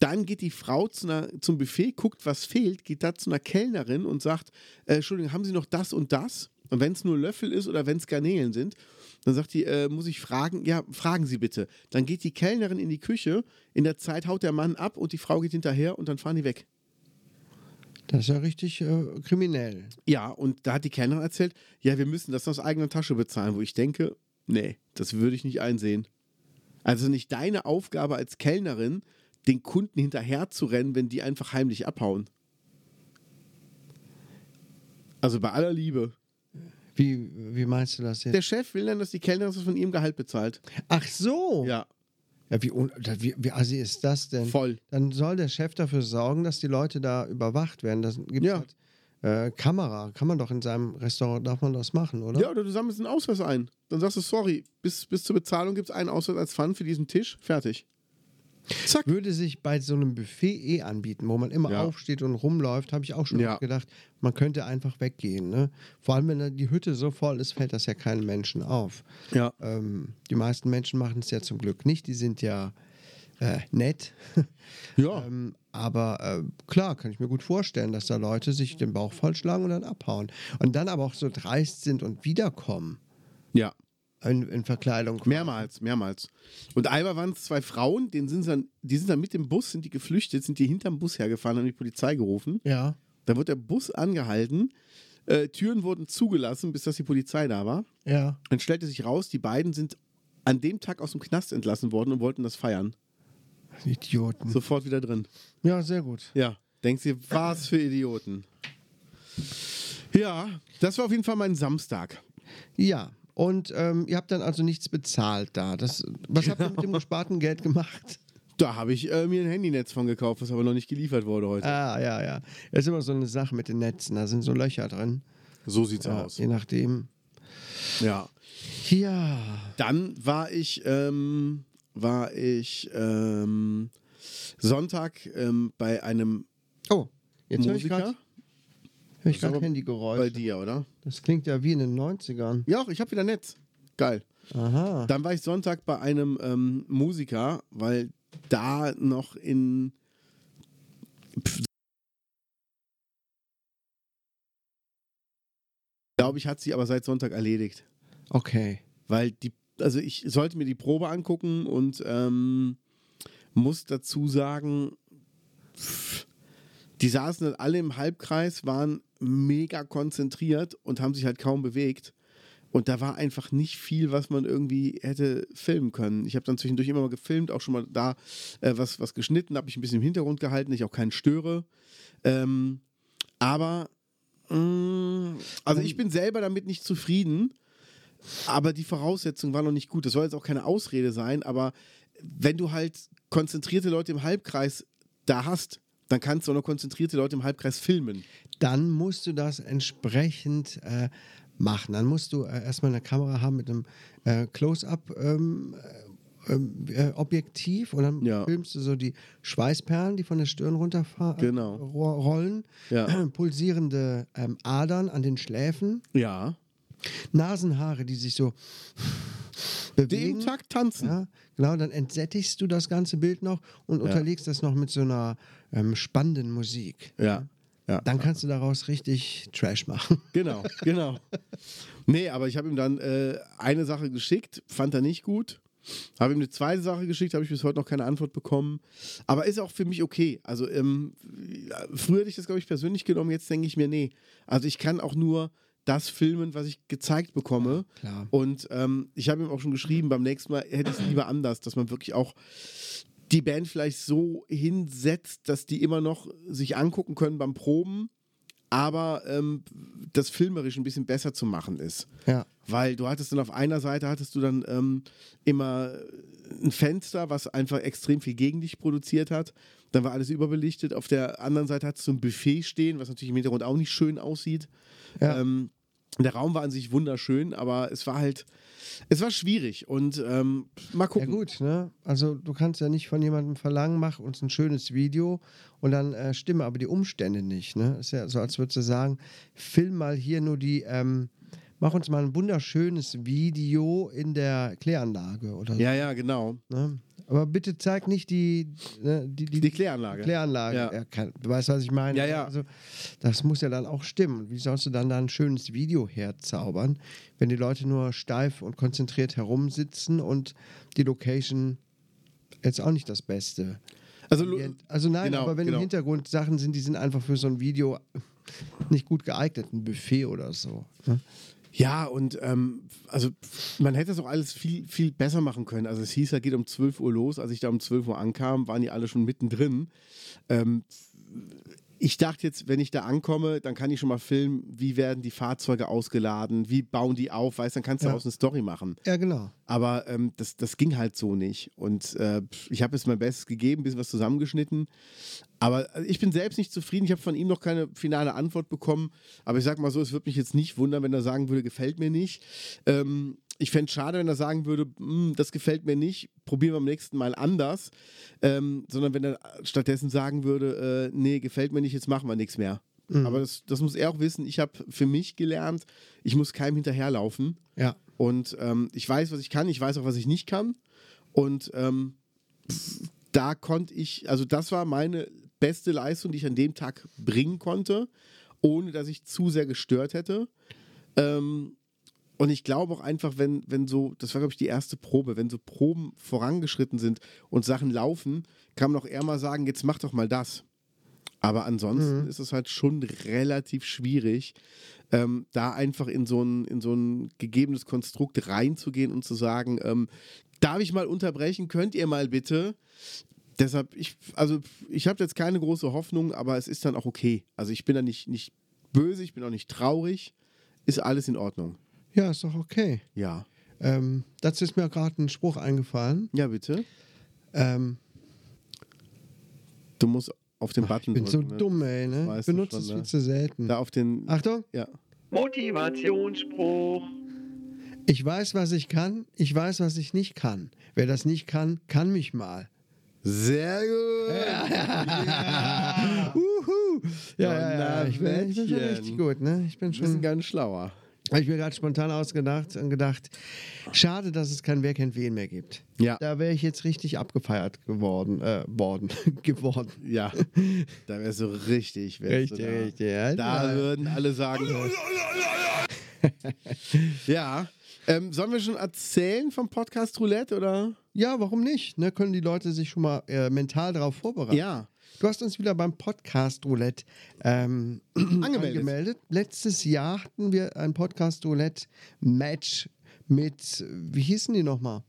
Dann geht die Frau zu einer, zum Buffet, guckt, was fehlt, geht da zu einer Kellnerin und sagt, äh, Entschuldigung, haben Sie noch das und das? Und wenn es nur Löffel ist oder wenn es Garnelen sind, Dann sagt die, äh, muss ich fragen? Ja, fragen Sie bitte. Dann geht die Kellnerin in die Küche. In der Zeit haut der Mann ab und die Frau geht hinterher und dann fahren die weg.
Das ist ja richtig äh, kriminell.
Ja, und da hat die Kellnerin erzählt, ja, wir müssen das aus eigener Tasche bezahlen, wo ich denke, nee, das würde ich nicht einsehen. Also nicht deine Aufgabe als Kellnerin, den Kunden hinterher zu rennen, wenn die einfach heimlich abhauen. Also bei aller Liebe.
Wie, wie meinst du das jetzt?
Der Chef will dann, dass die Kellnerin das von ihrem Gehalt bezahlt.
Ach so!
Ja,
Ja, wie, un- das- wie, wie assi ist das denn?
voll.
Dann soll der Chef dafür sorgen, dass die Leute da überwacht werden. Das gibt
Ja.
halt, äh, Kamera. Kann man doch in seinem Restaurant, darf man das machen, oder?
Ja, oder du sammelst einen Ausweis ein. Dann sagst du, sorry, bis, bis zur Bezahlung gibt es einen Ausweis als Pfand für diesen Tisch. Fertig. Zack.
Würde sich bei so einem Buffet eh anbieten, wo man immer
Ja.
aufsteht und rumläuft, habe ich auch schon
Ja.
oft gedacht, man könnte einfach weggehen. Ne? Vor allem, wenn da die Hütte so voll ist, fällt das ja keinen Menschen auf.
Ja.
Ähm, die meisten Menschen machen es ja zum Glück nicht, die sind ja äh, nett.
Ja.
Ähm, aber äh, klar, kann ich mir gut vorstellen, dass da Leute sich den Bauch vollschlagen und dann abhauen. Und dann aber auch so dreist sind und wiederkommen
Ja.
in, in Verkleidung.
Mehrmals, mehrmals. Und einmal waren es zwei Frauen, denen sind sie dann, die sind dann mit dem Bus, sind die geflüchtet, sind die hinterm Bus hergefahren, haben die Polizei gerufen.
Ja.
Dann wurde der Bus angehalten, äh, Türen wurden zugelassen, bis dass die Polizei da war.
Ja.
Dann stellte sich raus, die beiden sind an dem Tag aus dem Knast entlassen worden und wollten das feiern.
Idioten.
Sofort wieder drin.
Ja, sehr gut.
Ja. Denkst du, was für Idioten? Ja, das war auf jeden Fall mein Samstag.
Ja. Und ähm, ihr habt dann also nichts bezahlt da. Das, was habt ihr mit
<laughs>
dem gesparten Geld gemacht?
Da habe ich äh, mir ein Handynetz von gekauft, was aber noch nicht geliefert wurde heute.
Ah, ja, ja. Ist immer so eine Sache mit den Netzen. Da sind so Löcher drin.
so sieht's
Ja,
aus.
je nachdem.
Ja.
Ja.
Dann war ich, ähm, war ich ähm, Sonntag ähm, bei einem
Oh, jetzt höre ich
Musiker.
gerade hör ich
Das ist
grad
aber bei
Handygeräusche.
dir, oder?
Das klingt ja wie in den 90ern.
Ja, ich habe wieder Netz. Geil.
Aha.
Dann war ich Sonntag bei einem ähm, Musiker, weil da noch in glaube ich, hat sie aber seit Sonntag erledigt.
Okay.
Weil die, also ich sollte mir die Probe angucken und ähm, muss dazu sagen, pff, die saßen dann alle im Halbkreis, waren mega konzentriert und haben sich halt kaum bewegt. Und da war einfach nicht viel, was man irgendwie hätte filmen können. Ich habe dann zwischendurch immer mal gefilmt, auch schon mal da äh, was, was geschnitten, habe ich ein bisschen im Hintergrund gehalten, dass ich auch keinen störe. Ähm, aber, mh, also ich bin selber damit nicht zufrieden. Aber die Voraussetzung war noch nicht gut. Das soll jetzt auch keine Ausrede sein, aber wenn du halt konzentrierte Leute im Halbkreis da hast, dann kannst du auch noch konzentrierte Leute im Halbkreis filmen.
Dann musst du das entsprechend äh, machen. Dann musst du äh, erstmal eine Kamera haben mit einem äh, Close-Up-Objektiv äh, Objektiv und dann
Ja.
filmst du so die Schweißperlen, die von der Stirn runterfahren,
Genau.
rollen,
Ja.
<clears throat> pulsierende ähm, Adern an den Schläfen,
Ja.
Nasenhaare, die sich so bewegen.
Dem Tag tanzen.
Ja, genau, dann entsättigst du das ganze Bild noch und unterlegst das noch mit so einer ähm, spannenden Musik.
Ja. ja.
Dann kannst du daraus richtig Trash machen.
Genau, genau. Nee, aber ich habe ihm dann äh, eine Sache geschickt, fand er nicht gut. Habe ihm eine zweite Sache geschickt, habe ich bis heute noch keine Antwort bekommen. Aber ist auch für mich okay. Also ähm, früher hätte ich das, glaube ich, persönlich genommen, jetzt denke ich mir, nee. Also ich kann auch nur das filmen, was ich gezeigt bekomme.
Klar.
Und ähm, ich habe ihm auch schon geschrieben, beim nächsten Mal hätte ich es lieber anders, dass man wirklich auch die Band vielleicht so hinsetzt, dass die immer noch sich angucken können beim Proben, aber ähm, das filmerisch ein bisschen besser zu machen ist.
Ja.
Weil du hattest dann auf einer Seite hattest du dann ähm, immer äh, ein Fenster, was einfach extrem viel gegen dich produziert hat. Dann war alles überbelichtet. Auf der anderen Seite hattest du ein Buffet stehen, was natürlich im Hintergrund auch nicht schön aussieht.
Ja.
Ähm, der Raum war an sich wunderschön, aber es war halt, es war schwierig. Und ähm, mal
Ja
gucken.
gut, ne? Also du kannst ja nicht von jemandem verlangen, mach uns ein schönes Video und dann äh, stimmen aber die Umstände nicht, ne? Ist ja so, als würdest du sagen, film mal hier nur die, ähm, mach uns mal ein wunderschönes Video in der Kläranlage oder so,
Ja, ja, genau.
ne? Aber bitte zeig nicht die, ne, die,
Die Kläranlage.
Kläranlage.
Ja.
Ja, kann, du weißt, was ich meine?
Ja, ja.
Also, das muss ja dann auch stimmen. Wie sollst du dann da ein schönes Video herzaubern, wenn die Leute nur steif und konzentriert herumsitzen und die Location jetzt auch nicht das Beste?
Also, Lu-
Also nein,
Genau,
aber wenn
genau.
im Hintergrund Sachen sind, die sind einfach für so ein Video nicht gut geeignet, ein Buffet oder so. ne?
Ja, und ähm, also man hätte das auch alles viel, viel besser machen können. Also es hieß ja, geht um 12 Uhr los. Als ich da um 12 Uhr ankam, waren die alle schon mittendrin. Ähm, ich dachte jetzt, wenn ich da ankomme, dann kann ich schon mal filmen, wie werden die Fahrzeuge ausgeladen, wie bauen die auf, weißt dann kannst du
Ja.
daraus eine Story machen.
Ja, genau.
Aber ähm, das, das ging halt so nicht. Und äh, pf, ich habe jetzt mein Bestes gegeben, ein bisschen was zusammengeschnitten. Aber äh, ich bin selbst nicht zufrieden. Ich habe von ihm noch keine finale Antwort bekommen. Aber ich sag mal so, es würde mich jetzt nicht wundern, wenn er sagen würde, gefällt mir nicht. Ähm, ich fände es schade, wenn er sagen würde, "Hm, das gefällt mir nicht, probieren wir beim nächsten Mal anders. Ähm, sondern wenn er stattdessen sagen würde, äh, nee, gefällt mir nicht, jetzt machen wir nichts mehr. Aber das, das muss er auch wissen. Ich habe für mich gelernt, ich muss keinem hinterherlaufen.
Ja.
Und ähm, ich weiß, was ich kann, ich weiß auch, was ich nicht kann. Und ähm, pff, da konnte ich, also das war meine beste Leistung, die ich an dem Tag bringen konnte, ohne dass ich zu sehr gestört hätte. Ähm, und ich glaube auch einfach, wenn, wenn so, das war, glaube ich, die erste Probe, wenn so Proben vorangeschritten sind und Sachen laufen, kann man auch eher mal sagen, jetzt mach doch mal das. Aber ansonsten ist es halt schon relativ schwierig, ähm, da einfach in so, ein, in so ein gegebenes Konstrukt reinzugehen und zu sagen, ähm, darf ich mal unterbrechen, könnt ihr mal bitte? Deshalb, ich, also ich habe jetzt keine große Hoffnung, aber es ist dann auch okay. Also ich bin da nicht, nicht böse, ich bin auch nicht traurig, ist alles in Ordnung.
Ja, ist doch okay.
Ja.
Ähm, dazu ist mir gerade ein Spruch eingefallen.
Ja, bitte.
Ähm,
Du musst auf den Button
ich bin so
drücken. ne?
dumm, ey. Ne? Ich
Weißt du
benutze
schon,
es
ne?
viel zu selten.
Da auf den.
Achtung,
Ja.
Motivationsspruch.
ich weiß, was ich kann, ich weiß, was ich nicht kann. Wer das nicht kann, kann mich mal.
Sehr gut.
Uhu. Ja, ja, ja,
Donnerwetter.
äh, ich bin, ich bin schon richtig gut, ne? Ich bin
Wir sind
schon.
ganz schlauer.
Habe ich mir gerade spontan ausgedacht und gedacht, schade, dass es kein Wer kennt wen mehr gibt.
Ja.
Da wäre ich jetzt richtig abgefeiert geworden, äh, worden, <laughs> geworden.
Ja. Da wärst du richtig. Wärst du da.
ja.
Da würden alle sagen. <laughs> ja. Ähm, sollen wir schon erzählen vom Podcast Roulette oder?
Ja, warum nicht? Ne, können die Leute sich schon mal äh, mental darauf vorbereiten?
Ja.
Du hast uns wieder beim Podcast Roulette ähm, <clears throat> angemeldet.
Angemeldet.
Letztes Jahr hatten wir ein Podcast Roulette Match mit, äh, wie hießen die nochmal?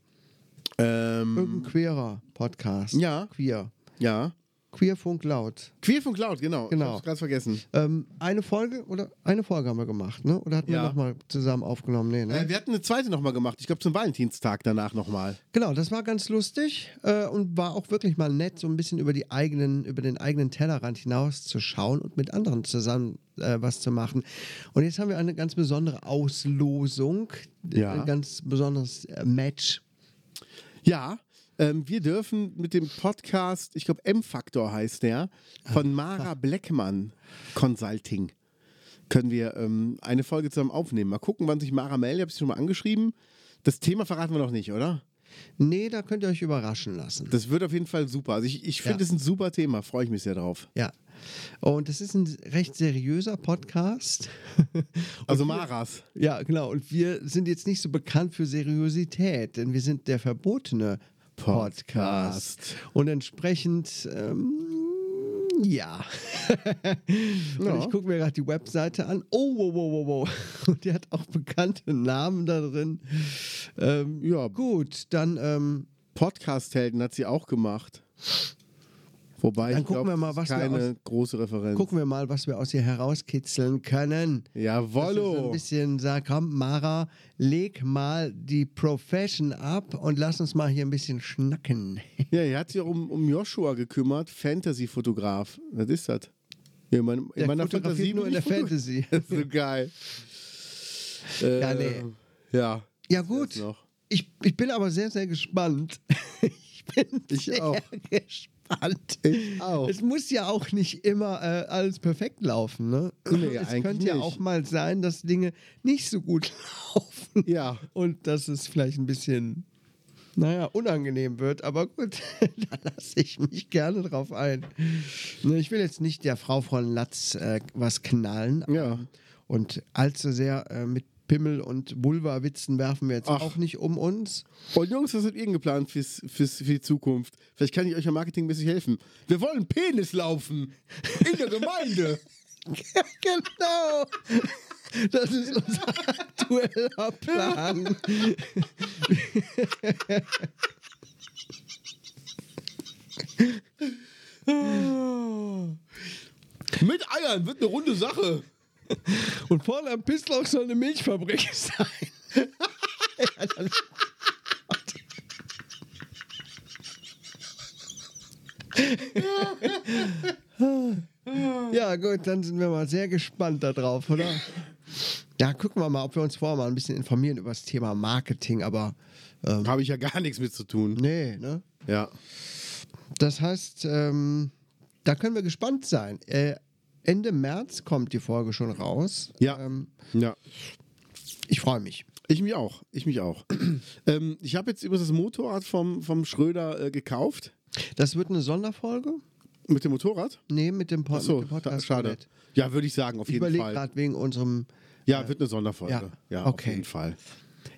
Ähm,
Irgendein queerer Podcast.
Ja.
Queer.
ja.
Queerfunk laut.
Queerfunk Laut, genau.
Genau.
Ich hab's gerade vergessen.
Ähm, eine Folge oder eine Folge haben wir gemacht, ne? Oder hatten wir
Ja.
nochmal zusammen aufgenommen? Nee, ne?
Äh, wir hatten eine zweite nochmal gemacht. Ich glaube zum Valentinstag danach nochmal.
Genau, das war ganz lustig äh, und war auch wirklich mal nett, so ein bisschen über die eigenen, über den eigenen Tellerrand hinauszuschauen und mit anderen zusammen äh, was zu machen. Und jetzt haben wir eine ganz besondere Auslosung,
Ja.
ein ganz besonderes äh, Match.
Ja, ähm, wir dürfen mit dem Podcast, ich glaube M-Faktor heißt der,
Ah,
von Mara Bleckmann Consulting, können wir ähm, eine Folge zusammen aufnehmen. Mal gucken, wann sich Mara meldet. Ich habe sie schon mal angeschrieben. Das Thema verraten wir noch nicht, oder?
Nee, da könnt ihr euch überraschen lassen.
Das wird auf jeden Fall super. Also ich, ich finde
Ja.
es ein super Thema, freue ich mich sehr drauf.
Ja. Und das ist ein recht seriöser Podcast.
Also Maras.
Ja, genau. Und wir sind jetzt nicht so bekannt für Seriosität, denn wir sind der verbotene Podcast.
Podcast.
Und entsprechend, ähm, ja. Und ich gucke mir gerade die Webseite an. Oh, wow, wow, wow, wow. <laughs> Und die hat auch bekannte Namen da drin. Ähm,
Ja.
Gut, dann, ähm,
Podcast-Helden hat sie auch gemacht. Wobei
Dann
ich
gucken
glaube,
wir mal, was wir
keine große Referenz.
gucken wir mal, was wir aus ihr herauskitzeln können. Dass wir so
Jawollo.
ein bisschen sagen, komm, Mara, leg mal die Profession ab und lass uns mal hier ein bisschen schnacken.
Ja, er hat sich auch um, um Joshua gekümmert, Fantasy-Fotograf. Was ist das? Ja, in meinem- in
Der
meiner
fotografiert
Fantasie
nur
bin
in
ich
der
Foto-
Fantasy.
<laughs> Das ist so geil.
<laughs> Ja,
Äh,
nee.
Ja. genau.
Ja, gut.
noch.
Ich, ich bin aber sehr, sehr gespannt. <laughs> Ich bin
Ich
sehr
auch.
gespannt.
Ich auch.
Es muss ja auch nicht immer äh, alles perfekt laufen, ne?
Nee,
es
eigentlich
könnte ja
nicht.
auch mal sein, dass Dinge nicht so gut <laughs> laufen
Ja.
und dass es vielleicht ein bisschen naja, unangenehm wird, aber gut, <laughs> da lasse ich mich gerne drauf ein. Ne, Ich will jetzt nicht der Frau von Latz äh, was knallen
Ja.
und allzu sehr äh, mit Pimmel und Vulva-Witzen werfen wir jetzt
Ach.
auch nicht um uns.
Und Oh, Jungs, was habt ihr denn geplant fürs, fürs, für die Zukunft? Vielleicht kann ich euch ja marketingmäßig helfen. Wir wollen Penis laufen. In
<laughs>
der Gemeinde.
<laughs> Ja, genau. Das ist unser <laughs> aktueller Plan.
Mit Eiern wird eine runde Sache.
Und vorne am Pisslauf soll eine Milchfabrik <laughs> sein. Ja, dann- ja, gut, dann sind wir mal sehr gespannt darauf, oder? Ja, gucken wir mal, ob wir uns vorher mal ein bisschen informieren über das Thema Marketing, aber ähm,
Habe ich ja gar nichts mit zu tun.
nee, ne?
Ja.
Das heißt, ähm, da können wir gespannt sein. Äh, Ende März kommt die Folge schon raus.
Ja.
Ähm,
Ja.
ich freue mich.
Ich mich auch. Ich mich auch. <clears throat> ähm, ich habe jetzt übrigens das Motorrad vom, vom Schröder äh, gekauft.
Das wird eine Sonderfolge?
Mit dem Motorrad?
Nee, mit dem, Pod
Achso,
mit dem
da,
Podcast.
schade.
nicht.
Ja, würde ich sagen, auf
Ich
jeden
überlege
Fall.
gerade wegen unserem.
Ja, wird eine Sonderfolge.
äh, Ja,
Ja,
okay.
auf jeden Fall.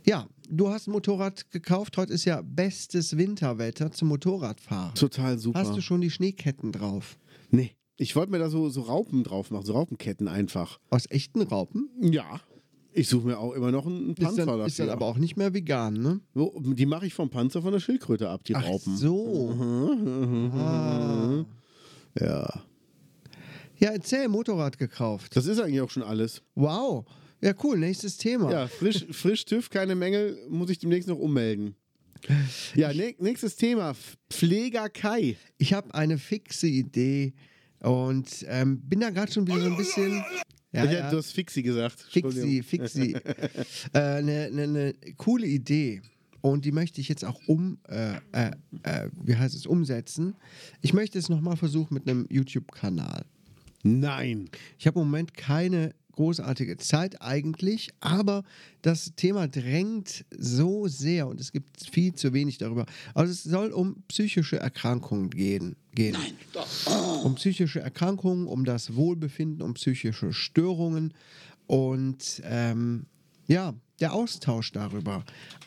Ja, du hast ein Motorrad gekauft. Heute ist ja bestes Winterwetter zum Motorradfahren.
Total super.
Hast du schon die Schneeketten drauf?
Nee. Ich wollte mir da so, so Raupen drauf machen, so Raupenketten einfach.
Aus echten Raupen?
Ja. Ich suche mir auch immer noch einen Panzer
Ist dann,
dafür.
ist dann aber auch nicht mehr vegan, ne?
So, die mache ich vom Panzer von der Schildkröte ab, die
Ach
Raupen. Mhm.
so. ah.
Ja.
Ja, erzähl, Motorrad gekauft.
Das ist eigentlich auch schon alles.
Wow. Ja, cool, nächstes Thema.
Ja, frisch, frisch TÜV, keine Mängel, muss ich demnächst noch ummelden. Ja, nä- nächstes Thema. Pfleger Kai.
Ich habe eine fixe Idee und ähm, bin da gerade schon wieder so ein bisschen. Ja,
ich,
ja,
Du hast Fixi gesagt.
fixi, fixi. Eine äh, ne, ne, ne coole Idee. Und die möchte ich jetzt auch um, äh, äh, äh, wie heißt es, umsetzen. Ich möchte es nochmal versuchen mit einem YouTube-Kanal.
Nein.
Ich habe im Moment keine großartige Zeit eigentlich, aber das Thema drängt so sehr und es gibt viel zu wenig darüber. Also es soll um psychische Erkrankungen gehen. gehen. Nein. Um psychische Erkrankungen, um das Wohlbefinden, um psychische Störungen und ähm, ja, der Austausch darüber,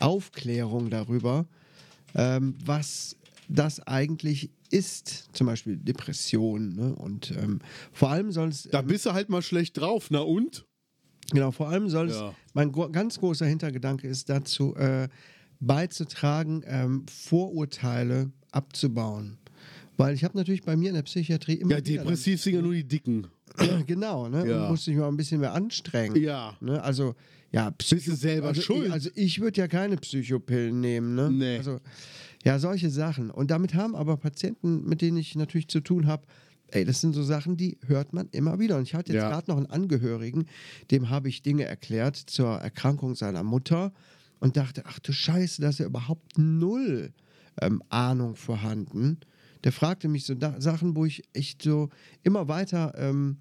Aufklärung darüber, ähm, was das eigentlich ist, zum Beispiel Depressionen. Ne? Und ähm, vor allem soll es
Da bist du halt mal schlecht drauf. Na und?
Genau, vor allem soll es,
Ja.
mein gro ganz großer Hintergedanke ist dazu, äh, beizutragen, ähm, Vorurteile abzubauen. Weil ich habe natürlich bei mir in der Psychiatrie immer.
Ja,
wieder-
depressiv sind ja nur die Dicken. <clears throat>
Genau, ne?
Ja.
Und musste ich mal ein bisschen mehr anstrengen.
Ja.
Ne? Also, ja,
Bist du selber
also
schuld?
Ich, also ich würde ja keine Psychopillen nehmen, ne?
Nee.
Also, ja, solche Sachen. Und damit haben aber Patienten, mit denen ich natürlich zu tun habe, ey, das sind so Sachen, die hört man immer wieder. Und ich hatte jetzt
Ja.
gerade noch einen Angehörigen, dem habe ich Dinge erklärt zur Erkrankung seiner Mutter und dachte, ach du Scheiße, da ist ja überhaupt null ähm, Ahnung vorhanden. Der fragte mich so da Sachen, wo ich echt so immer weiter ähm,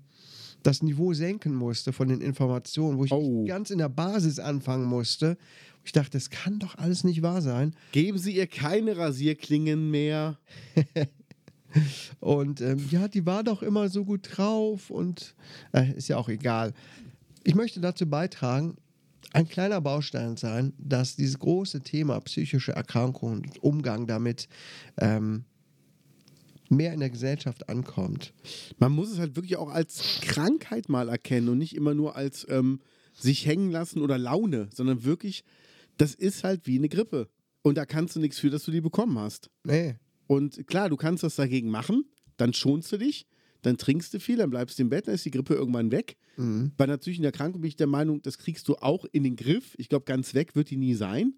das Niveau senken musste von den Informationen, wo ich
Oh.
echt ganz in der Basis anfangen musste. Ich dachte, das kann doch alles nicht wahr sein.
Geben Sie ihr keine Rasierklingen mehr.
Und ähm, ja, die war doch immer so gut drauf und äh, ist ja auch egal. Ich möchte dazu beitragen, ein kleiner Baustein sein, dass dieses große Thema psychische Erkrankungen und Umgang damit ähm, mehr in der Gesellschaft ankommt.
Man muss es halt wirklich auch als Krankheit mal erkennen und nicht immer nur als ähm, sich hängen lassen oder Laune, sondern wirklich, das ist halt wie eine Grippe. Und da kannst du nichts für, dass du die bekommen hast.
Nee.
Und klar, du kannst das dagegen machen, dann schonst du dich, dann trinkst du viel, dann bleibst du im Bett, dann ist die Grippe irgendwann weg.
Mhm.
Bei einer psychischen Erkrankung bin ich der Meinung, das kriegst du auch in den Griff. Ich glaube, ganz weg wird die nie sein.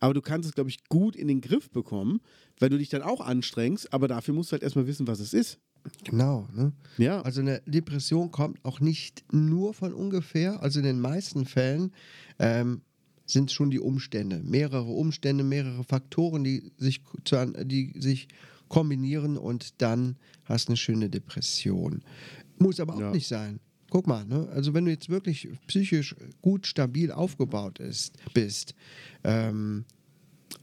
Aber du kannst es, glaube ich, gut in den Griff bekommen, weil du dich dann auch anstrengst, aber dafür musst du halt erstmal wissen, was es ist.
Genau. Ne?
Ja.
Also eine Depression kommt auch nicht nur von ungefähr. Also in den meisten Fällen ähm, sind schon die Umstände, mehrere Umstände, mehrere Faktoren, die sich, zu, an- die sich kombinieren und dann hast du eine schöne Depression. Muss aber auch
Ja.
nicht sein. Guck mal, ne? also wenn du jetzt wirklich psychisch gut stabil aufgebaut ist, bist, ähm,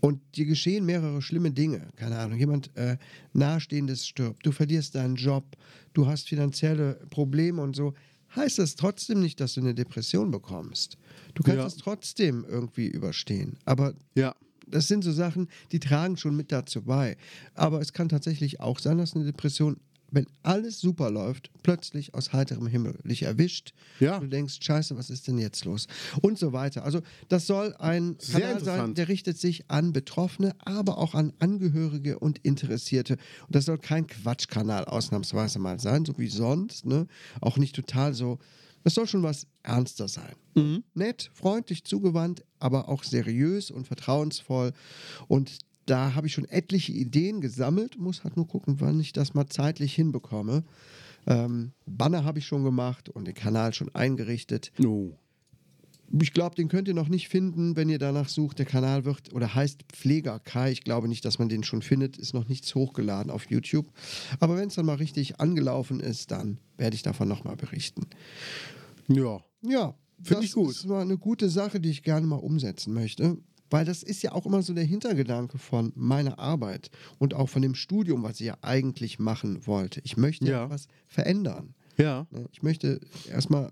Und dir geschehen mehrere schlimme Dinge. Keine Ahnung, jemand äh, Nahestehendes stirbt, du verlierst deinen Job, du hast finanzielle Probleme und so. Heißt das trotzdem nicht, dass du eine Depression bekommst. Du kannst
Ja.
es trotzdem irgendwie überstehen. Aber
Ja.
das sind so Sachen, die tragen schon mit dazu bei. Aber es kann tatsächlich auch sein, dass eine Depression, wenn alles super läuft, plötzlich aus heiterem Himmel dich erwischt.
Ja.
Du denkst, scheiße, was ist denn jetzt los? Und so weiter. Also das soll ein
Sehr
Kanal sein,
interessant.
der richtet sich an Betroffene, aber auch an Angehörige und Interessierte. Und das soll kein Quatschkanal ausnahmsweise mal sein, so wie sonst. Ne? Auch nicht total so. Das soll schon was ernster sein
Mhm.
nett, freundlich, zugewandt, aber auch seriös und vertrauensvoll. Und da habe ich schon etliche Ideen gesammelt, muss halt nur gucken, wann ich das mal zeitlich hinbekomme. Ähm, Banner habe ich schon gemacht und den Kanal schon eingerichtet.
Oh.
Ich glaube, den könnt ihr noch nicht finden, wenn ihr danach sucht. Der Kanal wird oder heißt Pfleger Kai. Ich glaube nicht, dass man den schon findet. Ist noch nichts hochgeladen auf YouTube. Aber wenn es dann mal richtig angelaufen ist, dann werde ich davon nochmal berichten.
Ja.
Ja,
Finde ich
das
gut.
ist mal eine gute Sache, die ich gerne mal umsetzen möchte. Weil das ist ja auch immer so der Hintergedanke von meiner Arbeit und auch von dem Studium, was ich ja eigentlich machen wollte. Ich möchte ja
Ja.
was verändern.
Ja.
Ne? Ich möchte erstmal.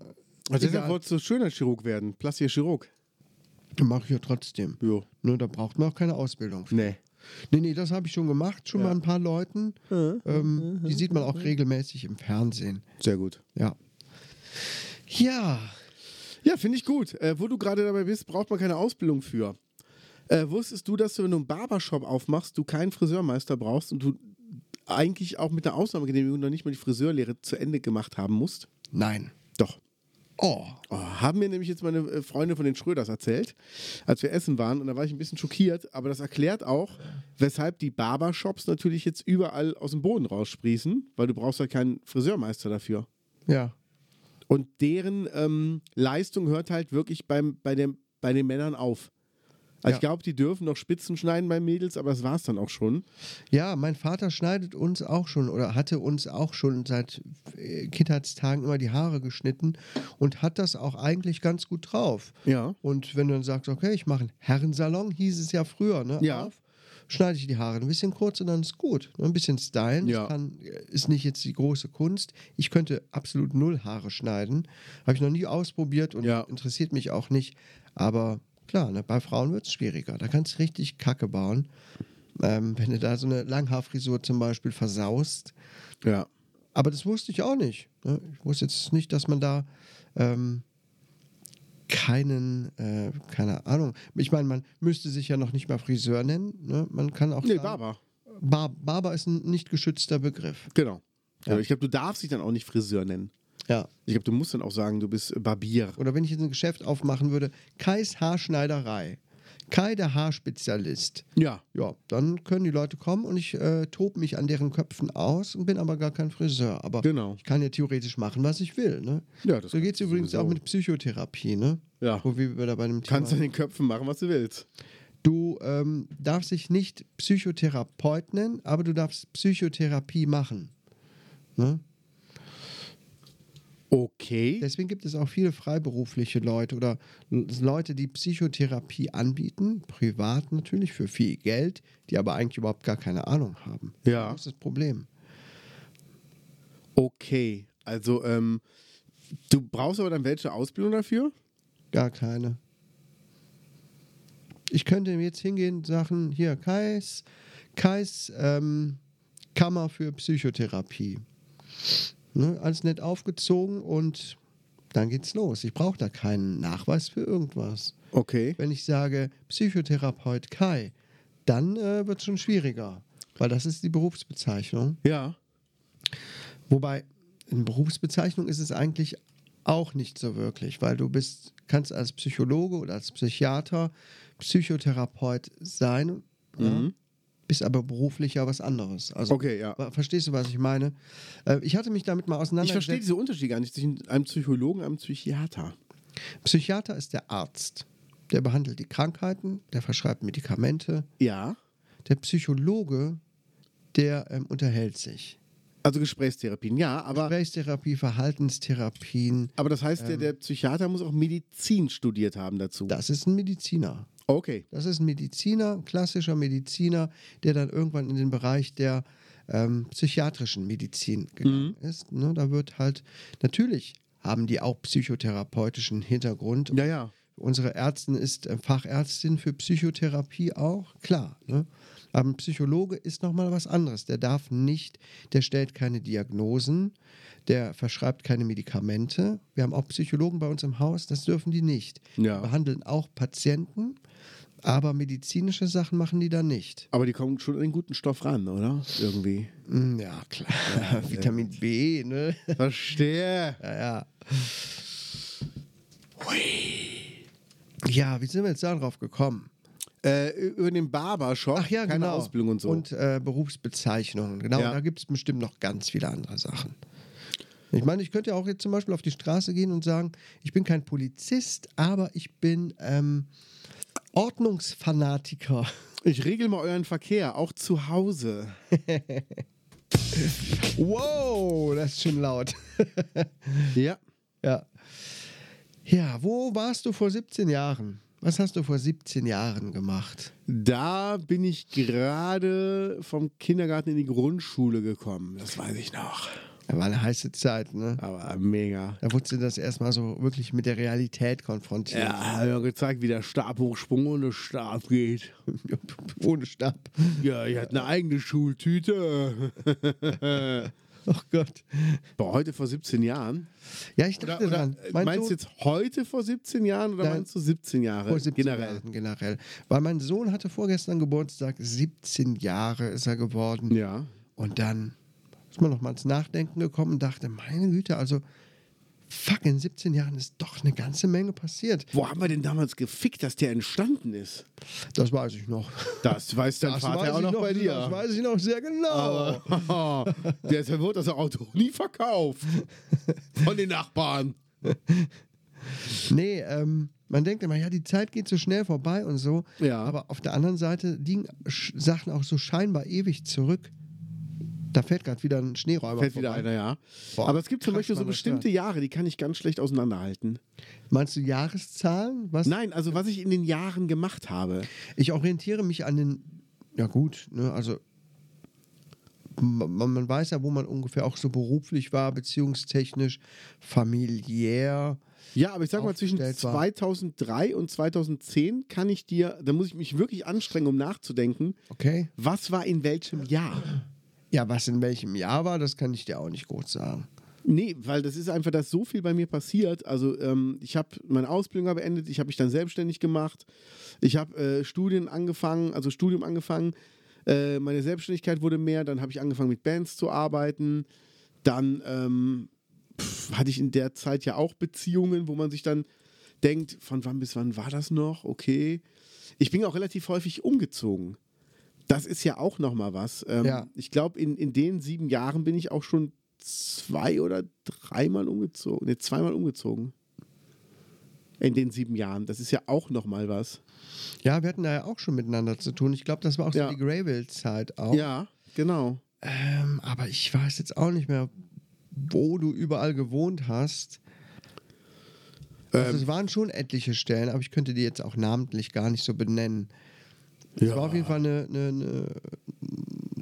Also deshalb
Egal,
wolltest du Schönheitschirurg werden. Plastischer Chirurg.
mache ich ja trotzdem.
Jo.
Nur Ne, da braucht man auch keine Ausbildung. für.
Nee.
Nee, nee, das habe ich schon gemacht, schon
Ja.
mal ein paar Leuten. Ähm, die sieht man auch regelmäßig im Fernsehen.
Sehr gut.
Ja. Ja.
Ja, finde ich gut. Äh, wo du gerade dabei bist, braucht man keine Ausbildung für. Äh, wusstest du, dass du, wenn du einen Barbershop aufmachst, du keinen Friseurmeister brauchst und du eigentlich auch mit der Ausnahmegenehmigung noch nicht mal die Friseurlehre zu Ende gemacht haben musst?
Nein.
Doch.
Oh.
Oh, haben mir nämlich jetzt meine äh, Freunde von den Schröders erzählt, als wir essen waren. Und da war ich ein bisschen schockiert. Aber das erklärt auch, weshalb die Barbershops natürlich jetzt überall aus dem Boden raussprießen, weil du brauchst halt keinen Friseurmeister dafür.
Ja.
Und deren ähm, Leistung hört halt wirklich beim, bei, dem, bei den Männern auf. Also
Ja.
ich glaube, die dürfen noch Spitzen schneiden bei Mädels, aber das war es dann auch schon.
Ja, mein Vater schneidet uns auch schon oder hatte uns auch schon seit äh, Kindheitstagen immer die Haare geschnitten und hat das auch eigentlich ganz gut drauf.
Ja.
Und wenn du dann sagst, okay, ich mache einen Herrensalon, hieß es ja früher, ne?
Ja.
Auf, schneide ich die Haare ein bisschen kurz und dann ist gut. Ne? Ein bisschen stylen
Ja.
das kann, ist nicht jetzt die große Kunst. Ich könnte absolut null Haare schneiden. Habe ich noch nie ausprobiert und
Ja.
interessiert mich auch nicht. Aber klar, ne? bei Frauen wird es schwieriger. Da kannst du richtig Kacke bauen. Ähm, wenn du da so eine Langhaarfrisur zum Beispiel versaust.
Ja.
Aber das wusste ich auch nicht. Ne? Ich wusste jetzt nicht, dass man da ähm, keinen, äh, keine Ahnung. Ich meine, man müsste sich ja noch nicht mal Friseur nennen. Ne? Man kann auch.
Nee,
sagen,
Barber.
Bar Barber ist ein nicht geschützter Begriff.
Genau.
Ja.
Aber Ich glaube, du darfst dich dann auch nicht Friseur nennen.
Ja.
Ich glaube, du musst dann auch sagen, du bist äh, Barbier.
Oder wenn ich jetzt ein Geschäft aufmachen würde, Kais Haarschneiderei. Kai der Haarspezialist.
Ja.
Ja, dann können die Leute kommen und ich äh, tobe mich an deren Köpfen aus und bin aber gar kein Friseur. Aber
Genau.
ich kann ja theoretisch machen, was ich will. Ne?
Ja, das
so geht es
kannst du
übrigens auch
sowieso.
mit Psychotherapie, ne?
Ja.
Wo wir wieder bei dem Thema.
Kannst an den Köpfen machen, was du willst.
du ähm, darfst dich nicht Psychotherapeut nennen, aber du darfst Psychotherapie machen. Ne?
Okay.
Deswegen gibt es auch viele freiberufliche Leute oder Leute, die Psychotherapie anbieten, privat natürlich, für viel Geld, die aber eigentlich überhaupt gar keine Ahnung haben.
Ja.
Das ist das Problem.
Okay. Also, ähm, du brauchst aber dann welche Ausbildung dafür?
Gar keine. Ich könnte jetzt hingehen und sagen, hier, Kais, Kais ähm, Kammer für Psychotherapie. Ne, alles nett aufgezogen und dann geht's los. Ich brauche da keinen Nachweis für irgendwas.
Okay.
Wenn ich sage Psychotherapeut Kai, dann äh, wird es schon schwieriger, weil das ist die Berufsbezeichnung.
Ja.
Wobei, in Berufsbezeichnung ist es eigentlich auch nicht so wirklich, weil du bist, kannst als Psychologe oder als Psychiater Psychotherapeut sein, ja, bist aber beruflich ja was anderes. Also,
Mhm. Okay, ja.
wa- Verstehst du, was ich meine? Äh, Ich hatte mich damit mal
Ich verstehe
auseinandergesetzt.
diese Unterschiede gar nicht zwischen einem Psychologen und einem Psychiater.
Psychiater ist der Arzt. Der behandelt die Krankheiten, der verschreibt Medikamente.
Ja.
Der Psychologe, der ähm, unterhält sich.
Also Gesprächstherapien, ja, aber,
Gesprächstherapie, Verhaltenstherapien,
aber das heißt, der, der Psychiater muss auch Medizin studiert haben dazu.
das ist ein Mediziner.
Okay.
Das ist ein Mediziner, ein klassischer Mediziner, der dann irgendwann in den Bereich der ähm, psychiatrischen Medizin gegangen ist. Ne, da wird halt, natürlich haben die auch psychotherapeutischen Hintergrund.
Ja, ja.
Unsere Ärztin ist äh, Fachärztin für Psychotherapie auch, klar. Ne? Aber ein Psychologe ist nochmal was anderes. Der darf nicht, der stellt keine Diagnosen, der verschreibt keine Medikamente. Wir haben auch Psychologen bei uns im Haus, das dürfen die nicht.
Ja.
Die Behandeln auch Patienten, aber medizinische Sachen machen die da nicht.
Aber die kommen schon an den guten Stoff ran, oder? Irgendwie.
Mm, Ja, klar. <laughs> Vitamin B, <laughs> ne?
Verstehe.
Ja, ja. Ja, wie sind wir jetzt darauf gekommen?
Äh, über den Barbershop.
Ach ja,
keine
genau.
Ausbildung und so.
Und äh, Berufsbezeichnungen. Genau,
Ja.
da gibt es bestimmt noch ganz viele andere Sachen. Ich meine, ich könnte ja auch jetzt zum Beispiel auf die Straße gehen und sagen, ich bin kein Polizist, aber ich bin ähm, Ordnungsfanatiker.
ich regel mal euren Verkehr, auch zu Hause.
Wow, das ist schon laut.
Ja.
ja. Ja, wo warst du vor 17 Jahren? Was hast du vor 17 Jahren gemacht?
Da bin ich gerade vom Kindergarten in die Grundschule gekommen. Das weiß ich noch.
Da war eine heiße Zeit, ne?
Aber mega.
Da wurdest du das erstmal so wirklich mit der Realität konfrontiert.
Ja, haben wir gezeigt, wie der Stabhochsprung ohne Stab geht.
<laughs> Ohne Stab.
Ja, ich hatte eine eigene Schultüte.
Oh Gott.
<laughs> Boah, heute vor 17 Jahren.
Ja, ich
Oder,
dachte
oder äh,
dran. Mein
meinst du
Sohn-
jetzt heute vor 17 Jahren oder
Nein.
meinst du 17 Jahre
vor 17
generell?
Jahren generell. Weil mein Sohn hatte vorgestern Geburtstag, 17 Jahre ist er geworden.
Ja.
Und dann ist man nochmal ins Nachdenken gekommen und dachte, meine Güte, also fuck, in 17 Jahren ist doch eine ganze Menge passiert.
Wo haben wir denn damals gefickt, dass der entstanden ist?
Das weiß ich noch.
Das weiß dein
Das weiß
Vater auch
ich
noch, bei
Das
<laughs> dir.
weiß ich noch sehr genau.
Deshalb wird das Auto <laughs> nie
<laughs>
verkauft. Von den Nachbarn.
Nee, ähm, man denkt immer, ja, die Zeit geht so schnell vorbei und so.
Ja.
Aber auf der anderen Seite liegen Sch Sachen auch so scheinbar ewig zurück. Da fällt gerade wieder ein Schneeräuber.
Fällt wieder
vorbei.
einer, ja.
Boah,
Aber es gibt zum
krass,
Beispiel so
Mann, das
bestimmte Jahre, die kann ich ganz schlecht auseinanderhalten.
Meinst du Jahreszahlen? Was?
Nein, also was ich in den Jahren gemacht habe.
Ich orientiere mich an den. Ja, gut, ne, also. Man, man weiß ja, wo man ungefähr auch so beruflich war, beziehungstechnisch, familiär.
Ja, aber ich sag mal, zwischen
Aufgestellt war.
2003 und 2010 kann ich dir, da muss ich mich wirklich anstrengen, um nachzudenken,
Okay.
was war in welchem Jahr?
Ja, was in welchem Jahr war, das kann ich dir auch nicht gut sagen.
Nee, weil das ist einfach, dass so viel bei mir passiert. Also ähm, ich habe meine Ausbildung war beendet, ich habe mich dann selbstständig gemacht, ich habe äh, Studien angefangen, also Studium angefangen, äh, meine Selbstständigkeit wurde mehr, dann habe ich angefangen mit Bands zu arbeiten, dann ähm, pf, hatte ich in der Zeit ja auch Beziehungen, wo man sich dann denkt, von wann bis wann war das noch? Okay. Ich bin auch relativ häufig umgezogen. Das ist ja auch nochmal was. Ähm,
Ja.
Ich glaube, in, in den sieben Jahren bin ich auch schon zwei oder dreimal umgezogen. Ne, zweimal umgezogen. In den sieben Jahren. Das ist ja auch nochmal was.
Ja, wir hatten da ja auch schon miteinander zu tun. Ich glaube, das war auch
Ja.
so die Gravel-Zeit auch.
Ja, genau.
Ähm, aber ich weiß jetzt auch nicht mehr, wo du überall gewohnt hast.
Ähm.
Also es waren schon etliche Stellen, aber ich könnte die jetzt auch namentlich gar nicht so benennen. Es war auf jeden Fall eine, eine, eine,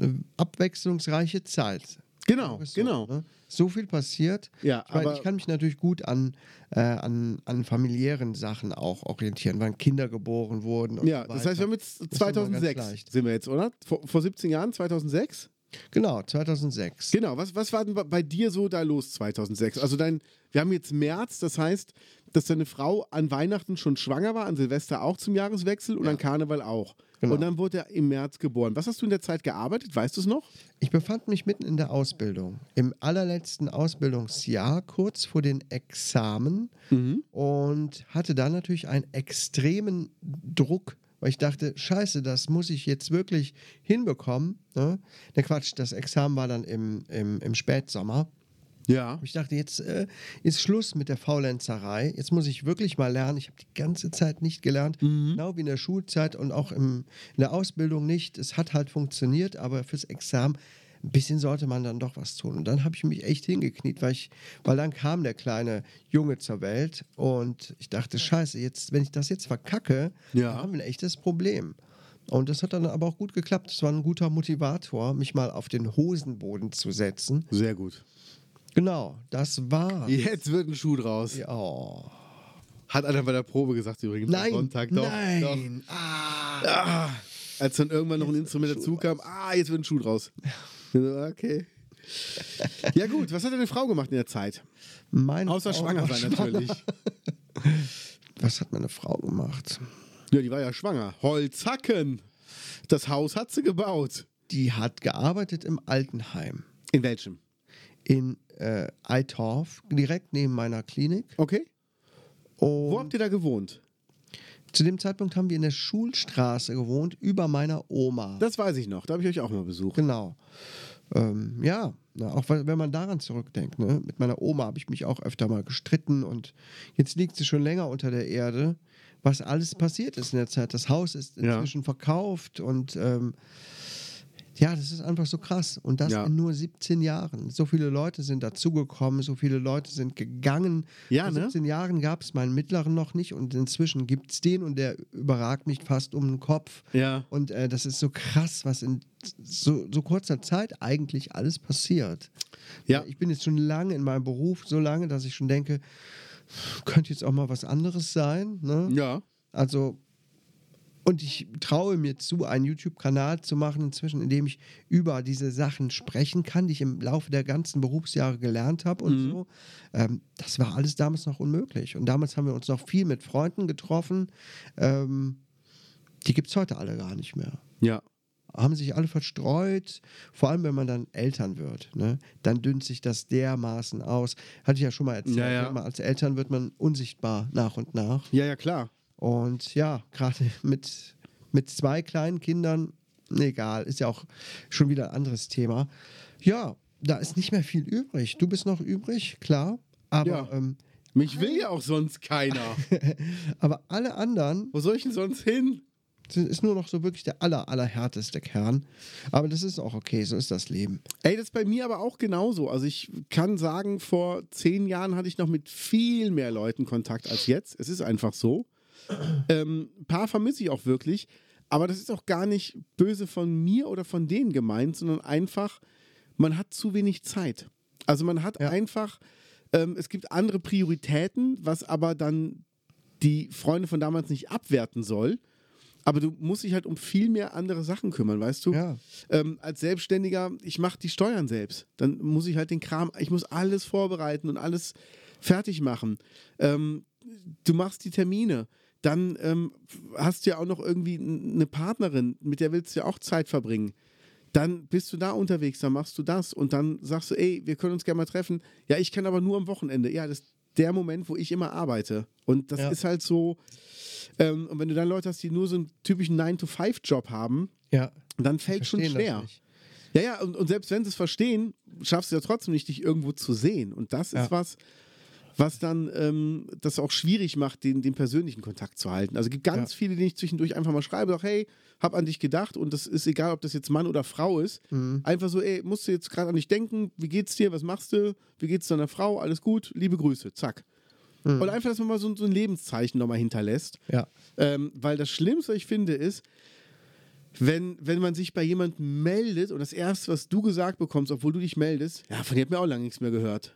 eine abwechslungsreiche Zeit.
Genau,
Ist so,
genau.
ne? So viel passiert.
Ja,
ich, meine,
aber-
ich kann mich natürlich gut an, äh, an, an familiären Sachen auch orientieren, wann Kinder geboren wurden. Und
Ja,
so
das heißt, wir
weiter.
haben jetzt
ist immer ganz
2006
leicht.
sind wir jetzt, oder? Vor, vor 17 Jahren, 2006?
Genau, 2006.
Genau, was, was war denn bei- bei dir so da los 2006? Also dein, wir haben jetzt März, das heißt, dass deine Frau an Weihnachten schon schwanger war, an Silvester auch zum Jahreswechsel und an Karneval auch.
Genau.
Und dann wurde er im März geboren. Was hast du in der Zeit gearbeitet? Weißt du es noch?
Ich befand mich mitten in der Ausbildung, im allerletzten Ausbildungsjahr, kurz vor den Examen und hatte da natürlich einen extremen Druck, weil ich dachte, scheiße, das muss ich jetzt wirklich hinbekommen. Ne, ne Quatsch, das Examen war dann im, im, im Spätsommer.
Ja.
Ich dachte, jetzt äh, ist Schluss mit der Faulenzerei. Jetzt muss ich wirklich mal lernen. Ich habe die ganze Zeit nicht gelernt, genau wie in der Schulzeit und auch im, in der Ausbildung nicht. Es hat halt funktioniert, aber fürs Examen ein bisschen sollte man dann doch was tun. Und dann habe ich mich echt hingekniet, weil, ich, weil dann kam der kleine Junge zur Welt und ich dachte, scheiße, jetzt, wenn ich das jetzt verkacke,
Ja.
dann haben wir ein echtes Problem. Und das hat dann aber auch gut geklappt. Es war ein guter Motivator, mich mal auf den Hosenboden zu setzen.
Sehr gut.
Genau, das war.
Jetzt wird ein Schuh draus.
Oh.
Hat einer bei der Probe gesagt übrigens.
Nein,
Am Sonntag. Doch,
nein.
Doch. Ah. Als dann irgendwann noch ein Instrument dazu kam, ah, jetzt wird ein Schuh draus. Okay. Ja gut, was hat deine Frau gemacht in der Zeit?
Meine
Außer
Frau
Oh, schwanger
war
sein natürlich.
Was hat meine Frau gemacht?
Ja, die war ja schwanger. Holzhacken. Das Haus hat sie gebaut.
Die hat gearbeitet im Altenheim
In welchem?
in äh, Eitorf, direkt neben meiner Klinik.
Okay. Wo
Und
habt ihr da gewohnt?
zu dem Zeitpunkt haben wir in der Schulstraße gewohnt, über meiner Oma.
Das weiß ich noch. Da habe ich euch auch mal besucht.
Genau. Ähm, ja, na, auch weil- wenn man daran zurückdenkt, ne? mit meiner Oma habe ich mich auch öfter mal gestritten und jetzt liegt sie schon länger unter der Erde, was alles passiert ist in der Zeit. Das Haus ist
Ja.
inzwischen verkauft und ähm, ja, das ist einfach so krass. Und das
Ja.
in nur 17 Jahren. So viele Leute sind dazugekommen, so viele Leute sind gegangen.
Ja,
Vor
ne?
17 Jahren gab es meinen mittleren noch nicht und inzwischen gibt es den und der überragt mich fast um den Kopf.
Ja.
Und äh, das ist so krass, was in so, so kurzer Zeit eigentlich alles passiert.
Ja.
Ich bin jetzt schon lange in meinem Beruf, so lange, dass ich schon denke, könnte jetzt auch mal was anderes sein. Ne?
Ja.
Also, und ich traue mir zu, einen YouTube-Kanal zu machen inzwischen, in dem ich über diese Sachen sprechen kann, die ich im Laufe der ganzen Berufsjahre gelernt habe und
Mhm.
so. Ähm, das war alles damals noch unmöglich. Und damals haben wir uns noch viel mit Freunden getroffen. Ähm, die gibt es heute alle gar nicht mehr.
Ja.
Haben sich alle verstreut, vor allem wenn man dann Eltern wird. Ne? Dann dünnt sich das dermaßen aus. Hatte ich ja schon mal erzählt.
Ja, ja.
ne? Als Eltern wird man unsichtbar nach und nach.
Ja, ja, klar.
Und ja, gerade <laughs> mit, mit zwei kleinen Kindern, egal, ist ja auch schon wieder ein anderes Thema. Ja, da ist nicht mehr viel übrig. Du bist noch übrig, klar, aber,
Ja.
ähm,
Mich will ja auch sonst keiner.
aber alle anderen
Wo soll ich denn sonst hin?
sind- ist nur noch so wirklich der aller, allerhärteste Kern. Aber das ist auch okay, so ist das Leben.
Ey, das ist bei mir aber auch genauso. Also ich kann sagen, vor zehn Jahren hatte ich noch mit viel mehr Leuten Kontakt als jetzt. Es ist einfach so. Ähm, ein paar vermisse ich auch wirklich. Aber das ist auch gar nicht böse von mir oder von denen gemeint, sondern einfach, man hat zu wenig Zeit. Also man hat einfach, ähm, es gibt andere Prioritäten, was aber dann die Freunde von damals nicht abwerten soll. Aber du musst dich halt um viel mehr andere Sachen kümmern, weißt du?
Ja.
ähm, als Selbstständiger, ich mache die Steuern selbst. Dann muss ich halt den Kram, ich muss alles vorbereiten und alles fertig machen. Ähm, du machst die Termine. Dann ähm, hast du ja auch noch irgendwie n- eine Partnerin, mit der willst du ja auch Zeit verbringen. Dann bist du da unterwegs, dann machst du das und dann sagst du, ey, wir können uns gerne mal treffen. Ja, ich kann aber nur am Wochenende. Ja, das ist der Moment, wo ich immer arbeite. Und das
Ja.
ist halt so. Ähm, und wenn du dann Leute hast, die nur so einen typischen 9-to-5-Job haben,
Ja,
dann fällt schon
verstehen das
schwer.
nicht.
Ja, ja, und, und selbst wenn sie es verstehen, schaffst du ja trotzdem nicht, dich irgendwo zu sehen. Und das ist
Ja.
was, was dann ähm, das auch schwierig macht, den, den persönlichen Kontakt zu halten. Also es gibt ganz viele, denen ich zwischendurch einfach mal schreibe, sag, hey, hab an dich gedacht und das ist egal, ob das jetzt Mann oder Frau ist. Einfach so, ey, musst du jetzt gerade an dich denken, wie geht's dir, was machst du, wie geht's deiner Frau, alles gut, liebe Grüße, zack. Und einfach, dass man mal so, so ein Lebenszeichen nochmal hinterlässt.
Ja.
Ähm, weil das Schlimmste, was ich finde, ist, wenn, wenn man sich bei jemandem meldet und das Erste, was du gesagt bekommst, obwohl du dich meldest, ja, von dir hat mir auch lange nichts mehr gehört.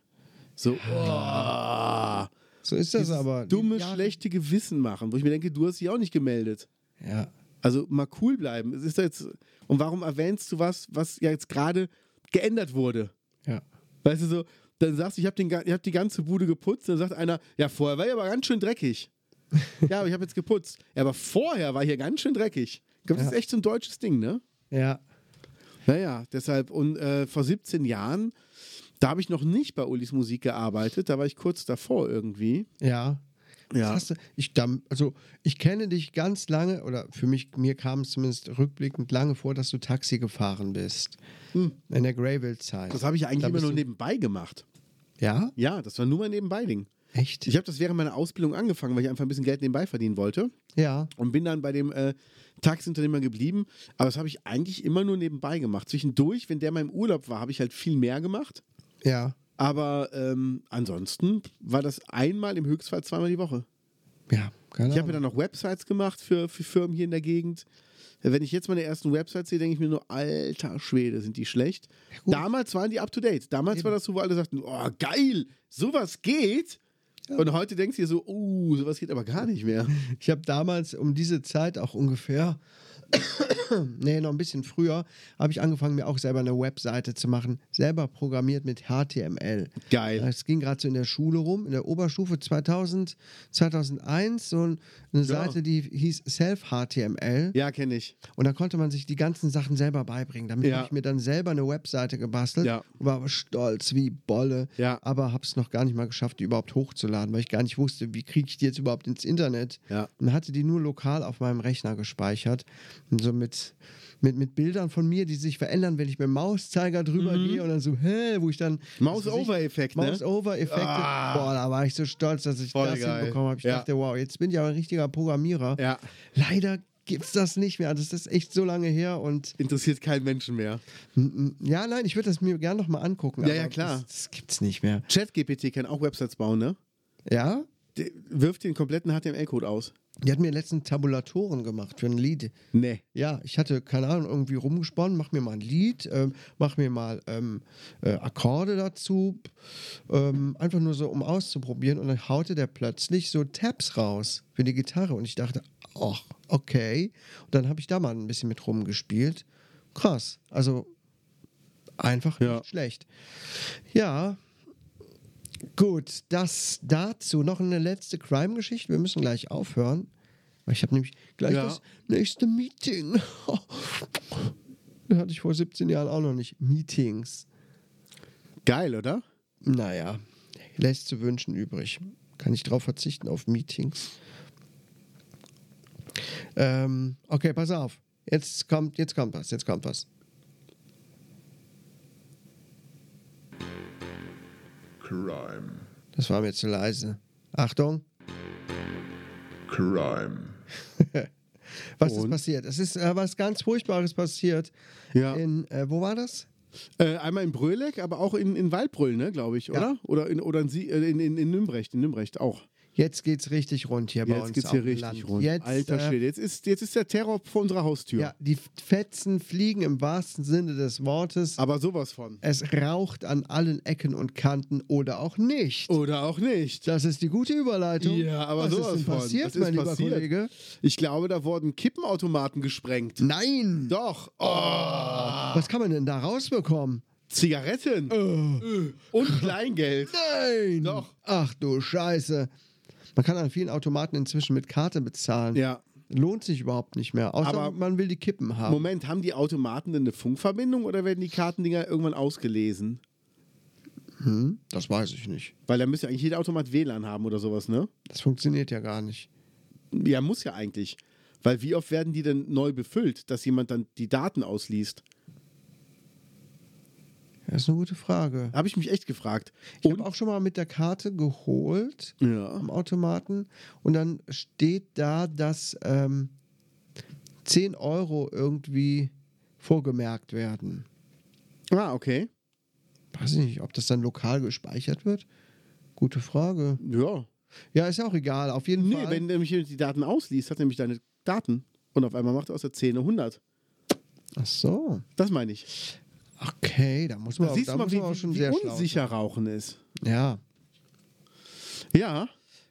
So, oh,
So ist das aber.
dumme,
Ja.
schlechte Gewissen machen, wo ich mir denke, du hast dich auch nicht gemeldet.
Ja.
Also mal cool bleiben. Es ist jetzt, und warum erwähnst du was, was ja jetzt gerade geändert wurde?
Ja.
Weißt du so, dann sagst du, ich habe hab die ganze Bude geputzt, dann sagt einer, ja, vorher war ich aber ganz schön dreckig. ja, aber ich habe jetzt geputzt. Ja, aber vorher war hier ganz schön dreckig. Ich glaube, das ist echt so ein deutsches Ding, ne?
Ja.
Naja, deshalb, und äh, vor 17 Jahren, da habe ich noch nicht bei Ulis Musik gearbeitet, da war ich kurz davor irgendwie.
Ja. Das
Ja.
hast du, ich, dam- also ich kenne dich ganz lange, oder für mich, mir kam es zumindest rückblickend lange vor, dass du Taxi gefahren bist. In der Greyville-Zeit.
Hm. Das habe ich ja eigentlich
Da
immer
bist
nur
du-
nebenbei gemacht.
Ja?
Ja, das war nur mein Nebenbei-Ding.
Echt?
Ich habe das während meiner Ausbildung angefangen, weil ich einfach ein bisschen Geld nebenbei verdienen wollte
Ja.
und bin dann bei dem äh, Taxiunternehmer geblieben. Aber das habe ich eigentlich immer nur nebenbei gemacht. Zwischendurch, wenn der mal im Urlaub war, habe ich halt viel mehr gemacht.
Ja.
Aber ähm, ansonsten war das einmal im Höchstfall zweimal die Woche.
Ja, keine
Ich habe
Ahnung.
mir dann noch Websites gemacht für, für Firmen hier in der Gegend. Wenn ich jetzt meine ersten Websites sehe, denke ich mir nur, alter Schwede, sind die schlecht.
gut.
Damals waren die up to date. Damals war das so, wo alle sagten, oh geil, sowas geht. Und heute denkst du dir so, oh, sowas geht aber gar nicht mehr.
Ich habe damals um diese Zeit auch ungefähr, <coughs> nee, noch ein bisschen früher, habe ich angefangen, mir auch selber eine Webseite zu machen. Selber programmiert mit HTML.
Geil.
Es ging gerade so in der Schule rum, in der Oberstufe 2000, 2001, so ein- eine Seite, die hieß Self-HTML.
Ja, kenne ich.
Und da konnte man sich die ganzen Sachen selber beibringen. Damit
Ja.
habe ich mir dann selber eine Webseite gebastelt.
Ja.
Und war aber stolz wie Bolle.
Ja.
Aber habe es noch gar nicht mal geschafft, die überhaupt hochzuladen, weil ich gar nicht wusste, wie kriege ich die jetzt überhaupt ins Internet.
Ja.
Und hatte die nur lokal auf meinem Rechner gespeichert. Und so mit, mit, mit Bildern von mir, die sich verändern, wenn ich mit dem Mauszeiger drüber
Mhm.
gehe und dann so, hä, wo ich dann. was weiß ich,
Mouse-Over-Effekt, ne?
Mouse-Over-Effekte.
Ah.
Boah, da war ich so stolz, dass ich
Voll
das
geil.
hinbekommen habe. Ich
Ja.
dachte, wow, jetzt bin ich aber ein richtiger Programmierer.
Ja.
Leider gibt's das nicht mehr. Das ist echt so lange her und
Interessiert keinen Menschen mehr.
m- m- ja, nein, ich würde das mir gerne nochmal angucken.
Ja,
aber
ja, klar.
Das, das gibt's nicht mehr.
ChatGPT kann auch Websites bauen, ne?
Ja?
Der wirft den kompletten HTML-Code aus.
Die hat mir letztens Tabulatoren gemacht für ein Lied.
Nee.
Ja, ich hatte, keine Ahnung, irgendwie rumgesponnen, mach mir mal ein Lied, ähm, mach mir mal ähm, äh, Akkorde dazu, ähm, einfach nur so, um auszuprobieren. Und dann haute der plötzlich so Tabs raus für die Gitarre. Und ich dachte, ach, okay. Und dann habe ich da mal ein bisschen mit rumgespielt. Krass. Also einfach
Ja.
nicht schlecht. Ja. Gut, das dazu. Noch eine letzte Crime-Geschichte. Wir müssen gleich aufhören. weil Ich habe nämlich gleich
Ja.
das nächste Meeting. <laughs> Das hatte ich vor 17 Jahren auch noch nicht. Meetings.
Geil, oder?
Naja, lässt zu wünschen übrig. Kann ich drauf verzichten auf Meetings. Ähm, okay, pass auf. Jetzt kommt, jetzt kommt was, jetzt kommt was.
Crime.
Das war mir zu leise. Achtung.
Crime.
Was ist passiert? Es ist äh, was ganz Furchtbares passiert.
Ja.
In, äh, wo war das?
Äh, einmal in Bröleck, aber auch in, in Waldbrüll, ne, glaube ich, oder? Oder in oder in, Sie, äh, in, in, in Nümbrecht, in Nümbrecht auch.
Jetzt geht's richtig rund hier bei uns.
Jetzt geht's
auf
hier
dem
richtig
Land.
rund.
Jetzt,
Alter
äh,
Schwede, jetzt ist, jetzt ist der Terror vor unserer Haustür.
Ja, die Fetzen fliegen im wahrsten Sinne des Wortes.
Aber sowas von.
Es raucht an allen Ecken und Kanten oder auch nicht.
Oder auch nicht.
Das ist die gute Überleitung.
Oh. Ja, aber
Was
sowas
ist denn
von.
passiert,
Das ist
mein
passiert.
lieber Kollege?
Ich glaube, da wurden Kippenautomaten gesprengt.
Nein!
Doch. Oh.
Was kann man denn da rausbekommen?
Zigaretten. Äh. Und Kleingeld.
Nein!
Doch.
Ach du Scheiße. Man kann an vielen Automaten inzwischen mit Karte bezahlen.
Ja.
Lohnt sich überhaupt nicht mehr. Außer
Aber-
man will die Kippen haben.
Moment, haben die Automaten denn eine Funkverbindung oder werden die Kartendinger irgendwann ausgelesen?
Das weiß ich nicht.
Weil da müsste eigentlich jeder Automat WLAN haben oder sowas, ne?
Das funktioniert ja gar nicht.
Ja, muss ja eigentlich. Weil wie oft werden die denn neu befüllt, dass jemand dann die Daten ausliest?
Das ist eine gute Frage.
Habe ich mich echt gefragt.
Ich habe auch schon mal mit der Karte geholt
Ja.
am Automaten und dann steht da, dass ähm, 10 Euro irgendwie vorgemerkt werden.
Ah, okay.
Weiß ich nicht, ob das dann lokal gespeichert wird. Gute Frage.
Ja.
Ja, ist ja auch egal. Auf jeden
Nee,
Fall.
wenn nämlich jemand die Daten ausliest, hat er nämlich deine Daten. Und auf einmal macht er aus der 10 eine 100.
Ach so.
Das meine ich.
Okay, da muss man,
Da
auch,
siehst
da
du mal,
muss
wie,
man auch schon
wie
sehr schlau sein.
unsicher Rauchen ist.
Ja.
Ja.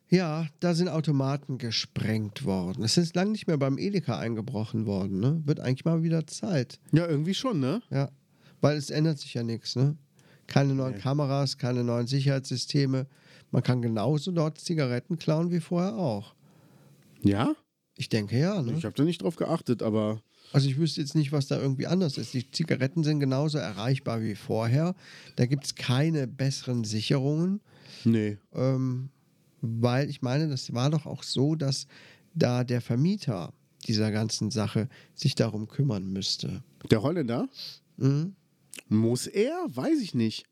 Ja, da sind Automaten gesprengt worden. Es ist lange nicht mehr beim Edeka eingebrochen worden. Ne? Wird eigentlich mal wieder Zeit.
Ja, irgendwie schon, ne?
Ja, weil es ändert sich ja nichts, ne? Keine neuen Kameras, keine neuen Sicherheitssysteme. Man kann genauso dort Zigaretten klauen wie vorher auch.
Ja?
Ich denke ja, ne?
Ich habe da nicht drauf geachtet, aber
Also ich wüsste jetzt nicht, was da irgendwie anders ist. Die Zigaretten sind genauso erreichbar wie vorher. Da gibt es keine besseren Sicherungen,
nee.
ähm, weil ich meine, das war doch auch so, dass da der Vermieter dieser ganzen Sache sich darum kümmern müsste.
Der Holländer?
Mhm.
Muss er? Weiß ich nicht.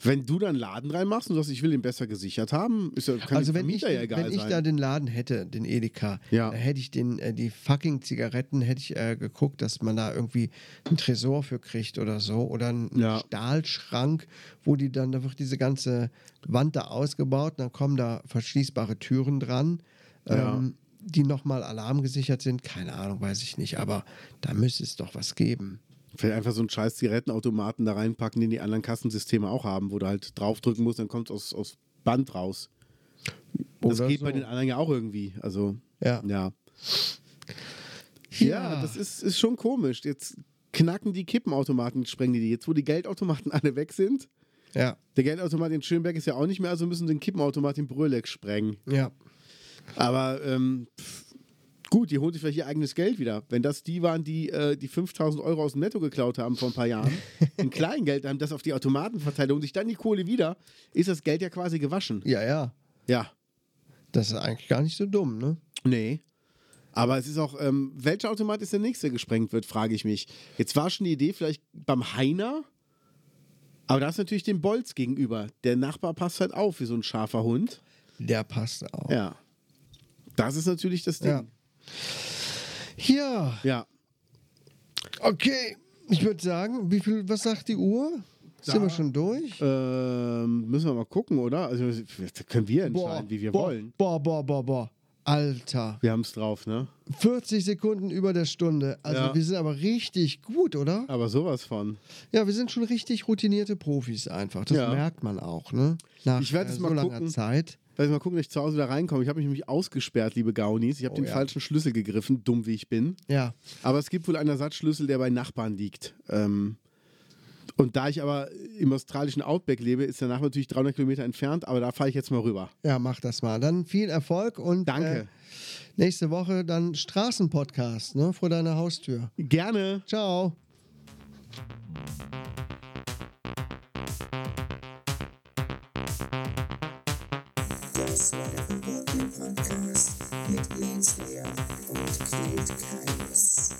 Wenn du dann Laden reinmachst und sagst, ich will den besser gesichert haben, ist ja, kann
also
dem
wenn ich,
Vermieter ja egal
wenn ich
sein.
da den Laden hätte, den Edeka,
Ja.
da hätte ich den, äh, die fucking Zigaretten, hätte ich äh, geguckt, dass man da irgendwie einen Tresor für kriegt oder so. Oder einen
Ja.
Stahlschrank, wo die dann, da wird diese ganze Wand da ausgebaut und dann kommen da verschließbare Türen dran, ähm,
Ja.
die nochmal alarmgesichert sind. Keine Ahnung, weiß ich nicht, aber da müsste es doch was geben.
Vielleicht einfach so einen scheiß Zigarettenautomaten da reinpacken, den die anderen Kassensysteme auch haben, wo du halt draufdrücken musst, dann kommt es aus, aus Band raus. Das
Oder
geht
so.
bei den anderen ja auch irgendwie. Also,
Ja.
ja.
Ja. <laughs>
Ja, das ist, ist schon komisch. Jetzt knacken die Kippenautomaten, sprengen die die. Jetzt, wo die Geldautomaten <laughs> alle weg sind,
Ja,
der Geldautomat in Schönberg ist ja auch nicht mehr, also müssen den Kippenautomat in Brüleck sprengen.
ja.
Aber ähm, pff, gut, die holen sich vielleicht ihr eigenes Geld wieder. Wenn das die waren, die äh, die 5000 Euro aus dem Netto geklaut haben vor ein paar Jahren, in Kleingeld haben das auf die Automaten verteilt und sich dann die Kohle wieder, ist das Geld ja quasi gewaschen.
Ja, ja.
Ja,
Das ist eigentlich gar nicht so dumm, ne?
nee. Aber es ist auch, ähm, welcher Automat ist der nächste gesprengt wird, frage ich mich. Jetzt war schon die Idee vielleicht beim Heiner, aber da ist natürlich dem Bolz gegenüber. Der Nachbar passt halt auf wie so ein scharfer Hund.
Der passt auch.
Ja. Das ist natürlich das Ding.
Ja. Ja,
ja.
okay. Ich würde sagen, wie viel, was sagt die Uhr? Sind wir schon durch?
Ähm, müssen wir mal gucken, oder? Also das können wir entscheiden, wie wir
boah,
wollen.
Boah, boah, boah, boah. Alter.
Wir haben es drauf, ne?
40 Sekunden über der Stunde. Also
Ja.
wir sind aber richtig gut, oder?
Aber sowas von.
Ja, wir sind schon richtig routinierte Profis einfach. Das
Ja.
merkt man auch, ne? Nach
Ich werd es
so
mal
langer
gucken.
Zeit.
Lass mal gucken, dass ich zu Hause da reinkomme. Ich habe mich nämlich ausgesperrt, liebe Gaunis. Ich habe den
Oh ja.
falschen Schlüssel gegriffen, dumm wie ich bin.
Ja.
Aber es gibt wohl einen Ersatzschlüssel, der bei Nachbarn liegt. Ähm, und da ich aber im australischen Outback lebe, ist der Nachbar natürlich 300 Kilometer entfernt, aber da fahre ich jetzt mal rüber.
Ja, mach das mal. Dann viel Erfolg und
Danke.
Äh, nächste Woche dann Straßenpodcast, ne? Vor deiner Haustür.
Gerne.
Ciao.
Das war der Verbotene Podcast mit Jens Lehr und Knut Keines.